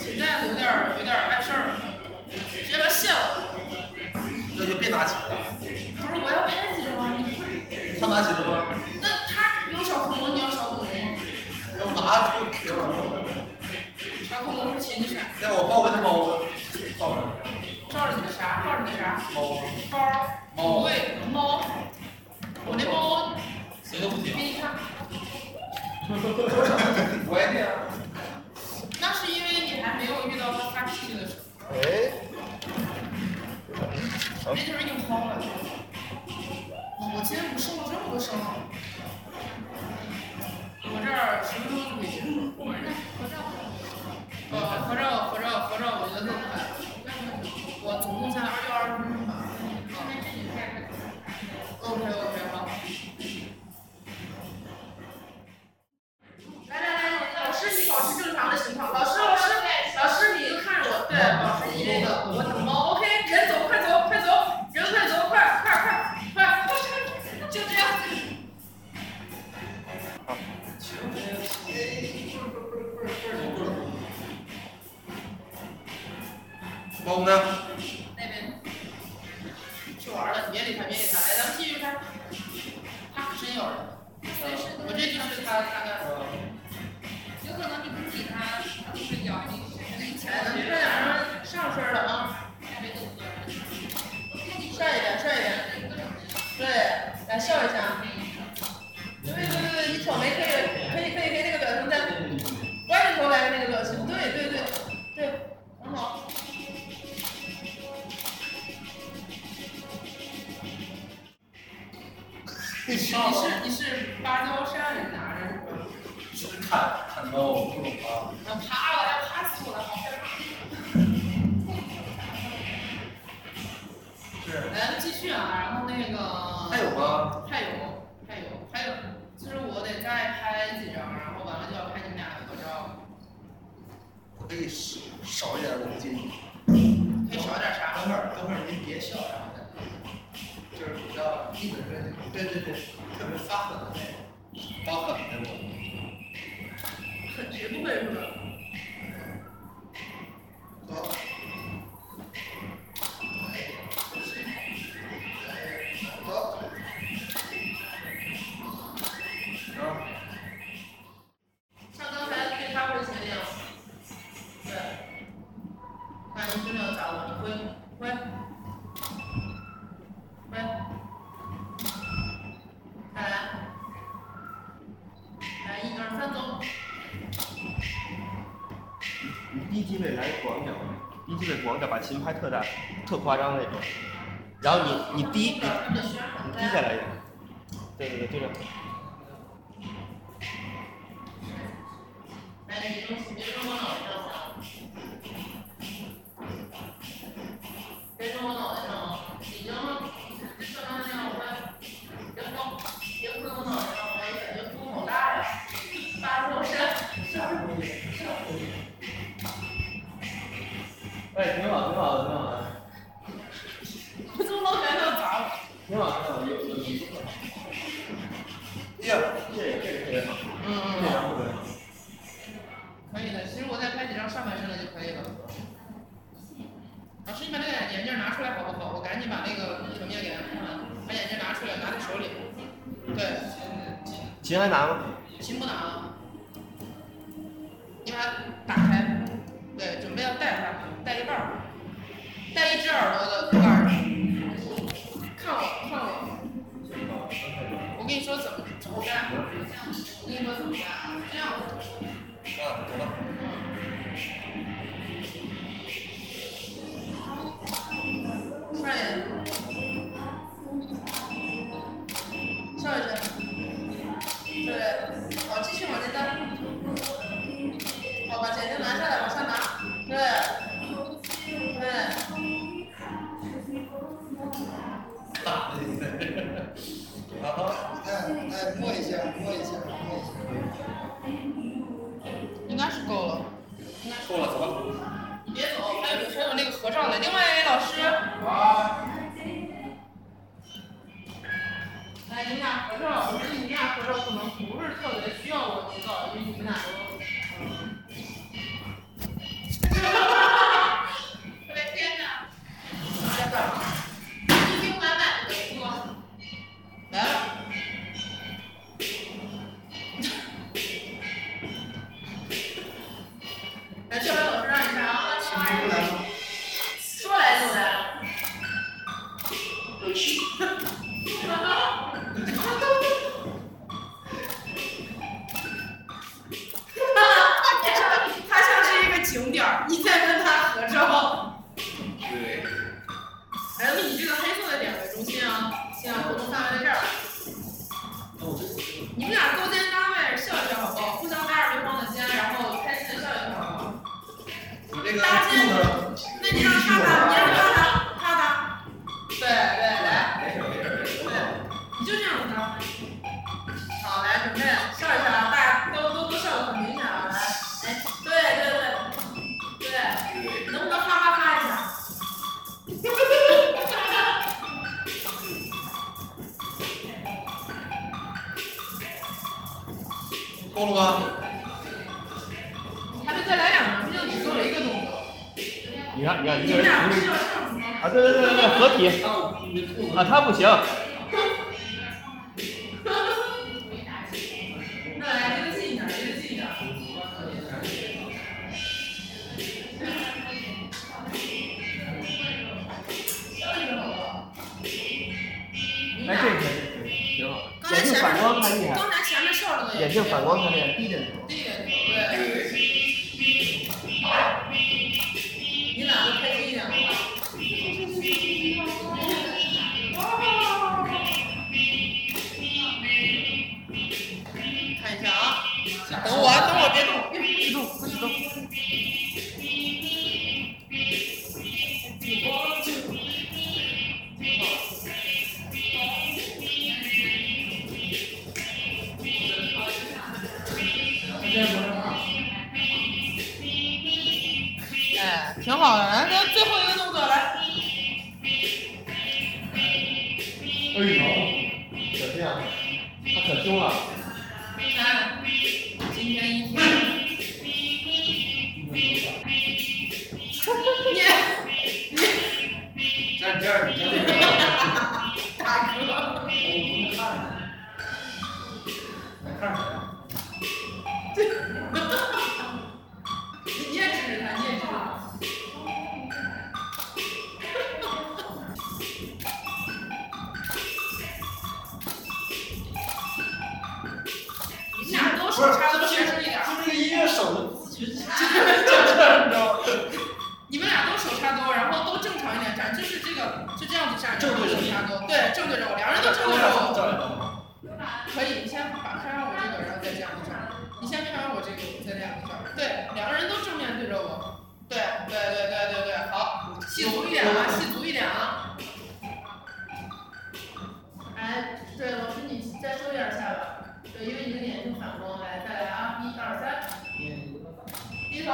K: 琴带子有点儿有点儿碍事儿，直接把它卸了。
N: 那就别拿琴了。
K: 不是，我要拍几张啊？
N: 他拿琴了吗？
K: 那他有小恐龙，你要小恐龙，
N: 要拿就给我。
K: 小恐龙是琴犬。
N: 那我抱个猫。抱
K: 照着你的啥？照着你的啥？
N: 猫。
K: 包。
N: 猫。
K: 对，猫。我那猫
N: 谁都不
K: 给
N: 行。
K: 你看，
N: 我也这样。
K: 那是因为你还没有遇到它发脾气的时候，
N: 哎。
K: 那就是硬薅了。我今天怎么受了这么多伤啊？我这儿什么都不可以。呃，合照合照合照，我觉得更快。我总共才二六二十分钟吧。OK OK 好。来来来，老师你保持正常的情况。老师老师老师你就看着我，对，老师你这个我的猫，OK，人走快走快走，人快走快快快快，就这样。
N: 猫呢？
K: 那边去玩了，别理他，别理他，来，咱们继续看。他可真咬人，我这就是他大概。有可能你不理他，他就是咬你。哎，咱们这俩人上身了啊！帅一点，帅一点。对，来笑一下。对对对对，你挑眉可以，可以可以可以那个表情再歪着头来的那个表情，对对对对，很好。
N: 你
K: 是你是你是芭蕉扇拿着是吧？
N: 只是看看猫，我不懂啊。
K: 要趴了，要趴死我了，好害怕。
N: 是。
K: 来，继续啊，然后那个
N: 还有吗？
K: 还有，还有，还有，就是我得再拍几张，然后完了就要拍你们俩的合照。
I: 可以少一点，我不介意。
P: 可以少点啥？等会儿，等会儿您别笑，然后再就是比较一本正经，对对对，特别发狠的那种，
I: 发狠的那种。
P: 很直不是吧？
K: 像刚才对他会前那样，对，但是真的要打我，你会会会，再来，来一二三走，
G: 你低级位来广点，低级位广点，把琴拍特大、特夸张那种。然后你你低你
K: 他们的宣传
G: 你低下来一点，对对对，对着。
K: 来你扔你别扔我脑袋上啊，别扔我脑袋上啊，你扔了，你射成那样我看，别碰，别碰我脑袋上，我一感觉风好大呀，发出我身，
P: 上回上回
G: 哎，挺好，挺好的，挺好的，
K: 我怎么老感觉要砸我？
G: 挺好，挺好的，有有有。
I: 哎呀，
G: 这个这个特别好，
K: 嗯嗯
G: 这张特别好。
K: 可以的，其实我再拍几张上半身的就可以了。老啊师，你把那个眼镜拿出来好不好？我赶紧把那个平面给他看完，把眼镜拿出来，拿在手里。对，
G: 琴还拿吗？
K: 琴不拿了，你把它打开，对，准备要戴它，戴一半儿，戴一只耳朵的盖儿。看我，看我，我跟你说怎么怎么戴，我跟你说怎么戴啊，这样。
I: 啊，懂了。
K: 上一上一针，对，好，继续往前单，好，把前针拿下来，往上拿，对，对，
I: 啊，你看，哎，摸一下，摸一下，摸一下。
K: 应该是够了，应该
I: 够了，走吧。
K: 你别走，还有还有那个合照的，另外一位老师，来，哎你们俩合照，我觉得你们俩合照可能不是特别需要我指导，因为你们俩都。
Q: 我的天哪！已经满满的给我。
K: 来了。来，教练老师让你看啊，说来就来。他像他像是一个景点儿，你在跟他合照。
I: 对。
K: 哎，那你这个黑色的点为中心啊，现在活动范围在这儿。你们俩勾肩搭背笑一笑好不好？互相搭着对方的肩，然后开心的笑一笑好不好？
I: 我这个
K: 搭肩，那
G: 哎
K: 你让他搭，你让他搭，他搭。对对，来，
I: 没事没事没事。
K: 你就这样搭。好，来准备笑一笑啊，大家都都都笑得很明显啊，来，哎，对对对对，能不能哈哈哈一下？
I: 够了吗？
K: 还得再来
E: à?
K: 两个，毕竟只做了一个动作。
G: 你看，你看，一
K: 你
G: 个
K: 们
G: 人
K: 俩
G: 一
K: 不
G: 个
K: 是
G: 人
K: 要
E: à?
G: 啊，
K: 这样子吗？
G: 对对对对对，合
N: 哦
G: 体。啊，他不行。
K: 那来离得近一点，离得近一点。
G: 哎，这个挺好。
K: 刚才
G: 眼镜
K: 前
G: 反
K: 面
G: 光太厉害。
K: 刚才前面笑了的
G: 眼
K: 也
G: 镜
K: 是
G: 哎反光太厉害，低点头。
K: 这个对。你俩都开心一点。看一下啊，
C: 哎
K: 等我啊，等我，别动，别别动，不许动。
P: 对
E: 哎，挺好的，来，咱最后一个动作来。
C: 嗯
G: 哎呦，可这样，他可凶了。
E: 来，今天一天。
I: 站这儿，你站这
E: 边。大哥。
I: 来看谁啊？
E: 你也指着他，你也指着他。你俩都手差的学术一点儿。
G: 就这个音乐手的咨询，就这样，你知道吗？
E: 你们俩都手插兜，然后都正常一点站，就是这个就这样子站，
G: 正对着
E: 手
G: 你
E: 插兜，对，正对着我，两人都正对着我。可以，你先把看上我这个，然后再这样子转。你先看上我这个，我再这样子转。对，两个人都正面对着我。对，对，对，对，对，对，好，细足一点啊，细足一点啊。
F: 哎，对，老师你再收一点儿下
E: 啊
F: 巴，对，因为你的脸正反光，来，再来啊，一二三，
E: 嗯
F: 低头，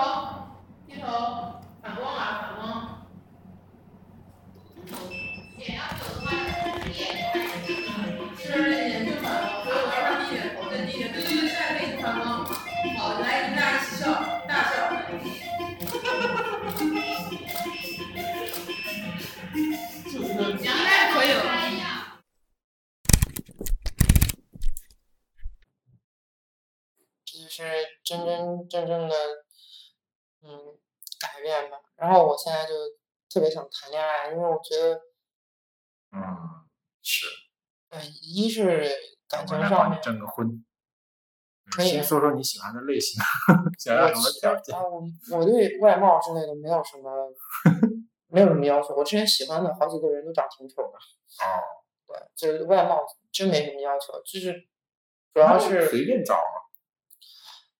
F: 低头，反光啊，反光。是不是眼睛反光？所以我要让你眼头再低一点，对对对，现在可以反光。好，来，你们俩一起笑，大笑。
E: 应该可以了。
C: 这就是真真正正的，嗯，改变吧。然后我现在就特别想谈恋爱，因为我觉得，
B: 嗯，是。
C: 呃，一是感情
B: 我来
C: 上
B: 帮你
C: 面，
B: 征个婚。
C: 可以啊
B: 先说说你喜欢的类型， 想要
C: 我
B: 什么
C: 其实
B: 条件？
C: 啊，我我对外貌之类的没有什么，没有什么要求。我之前喜欢的好几个人都长挺丑的，
B: 哦，
C: 对，就是外貌真没什么要求，就是主要是
B: 随便找嘛。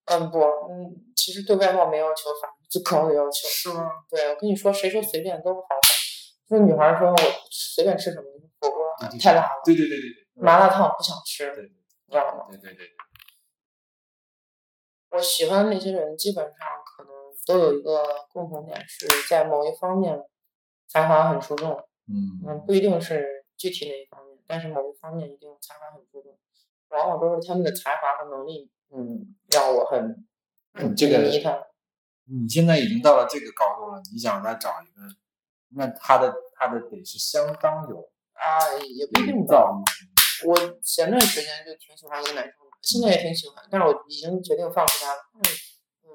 C: 嗯，不，嗯，其实对外貌没要求，反正对口有要求。
B: 是吗？
C: 对，我跟你说，谁说随便都不好找。那女孩说我随便吃什么火锅
B: 对对对
C: 太辣了，
B: 对对对对对。
C: 麻辣烫不想吃，
B: 对
C: 你知道吗？
B: 对对对。
C: 我喜欢那些人，基本上可能都有一个共同点，是在某一方面才华很出众。
B: 嗯
C: 嗯，不一定是具体哪一方面，但是某一方面一定才华很出众，往往都是他们的才华和能力，嗯，让我很
B: 你嗯这个
C: 迷他。
B: 你现在已经到了这个高度了，你想再找一个，那他的他的得是相当有
C: 啊，也不一定
B: 造诣。
C: 我前段时间就挺喜欢一个男生的，现在也挺喜欢，但是我已经决定放弃他了。嗯，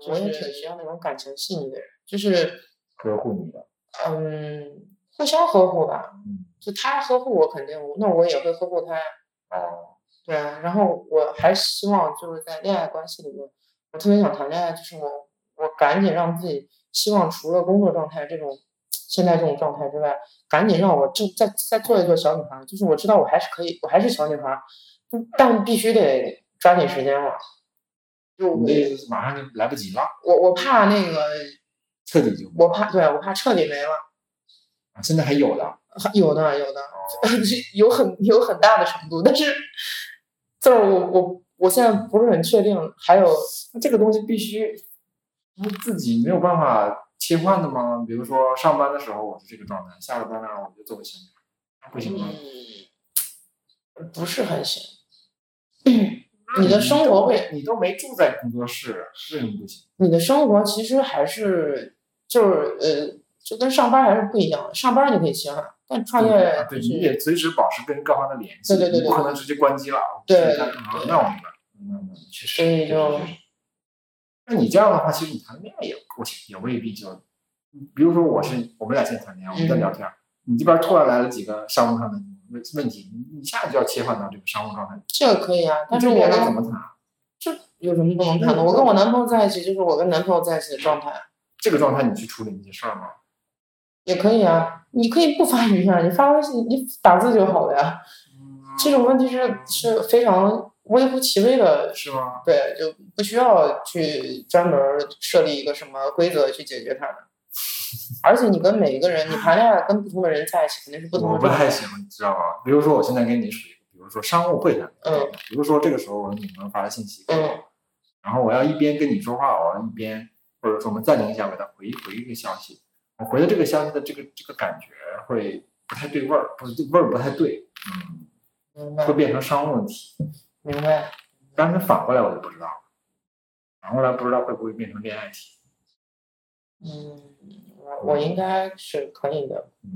C: 我也挺需要那种感情细腻的人，就是
B: 呵护你的。
C: 嗯，互相呵护吧。
B: 嗯，
C: 就他呵护我，肯定我那我也会呵护他呀。
B: 哦，
C: 对啊，然后我还希望就是在恋爱关系里面，我特别想谈恋爱，就是我我赶紧让自己，希望除了工作状态这种现在这种状态之外，赶紧让我正再再做一做小女孩儿，就是我知道我还是可以，我还是小女孩儿，嗯但必须得抓紧时间了。就
B: 你的意思是马上就来不及了，
C: 我我怕那个，
B: 彻底就
C: 我怕对啊我怕彻底没了，
B: 现在还有的。啊
C: 有的有的， 有很有很大的程度，但是就是我我我现在不是很确定，还有
B: 这个东西必须你自己没有办法切换的吗？比如说上班的时候我是这个状态，下了班呢我就做个小女孩，不行吗？
C: 嗯不是很行。
B: 那
C: 你的生活会，
B: 你都没住在工作室，为什么不行？
C: 你的生活其实还是就是呃，就跟上班还是不一样的。上班你可以切换，但创业
B: 对啊
C: 就
B: 对，
C: 是
B: 你得随时保持跟各方的联系，
C: 对对对
B: 你不
C: 对
B: 可能直接关机了。
C: 对
B: 我去干嘛那我明白，那那确实。
C: 所以就
B: 那你这样的话，其实你谈恋爱也不也未必就，比如说我是
C: 嗯
B: 我们俩现在谈恋爱，我们在聊天，你这边突然来了几个商务上的问问题，你一下就要切换到这个商务状态。
C: 这个可以啊。但是
B: 这
C: 我
B: 恋
C: 跟
B: 爱怎么谈？
C: 有什么不能谈的？我跟我男朋友在一起，就是我跟男朋友在一起的状态，
B: 这个状态你去处理那些事儿吗？
C: 也可以啊。你可以不发语音啊，你发微信，你打字就好了呀。
B: 嗯
C: 这种问题是是非常微乎其微的，
B: 是吗？
C: 对，就不需要去专门设立一个什么规则去解决它的。而且你跟每一个人，你谈恋爱跟不同的人在一起，肯定是不同
B: 我
C: 的
B: 不
C: 状态
B: 太。行，你知道吗？比如说我现在跟你属于，比如说商务会谈，
C: 嗯，
B: 比如说这个时候我女朋友发了信息，
C: 嗯，
B: 然后我要一边跟你说话，我要一边或者说我们暂停一下，给它回回一个消息。我回的这个消息的这个这个感觉会不太对味儿，不味儿不太对，嗯，
C: 明白
B: 会变成商务问题。
C: 明白。
B: 但是反过来我就不知道了，反过来不知道会不会变成恋爱题。
C: 嗯，我我应该是可以的。
B: 嗯，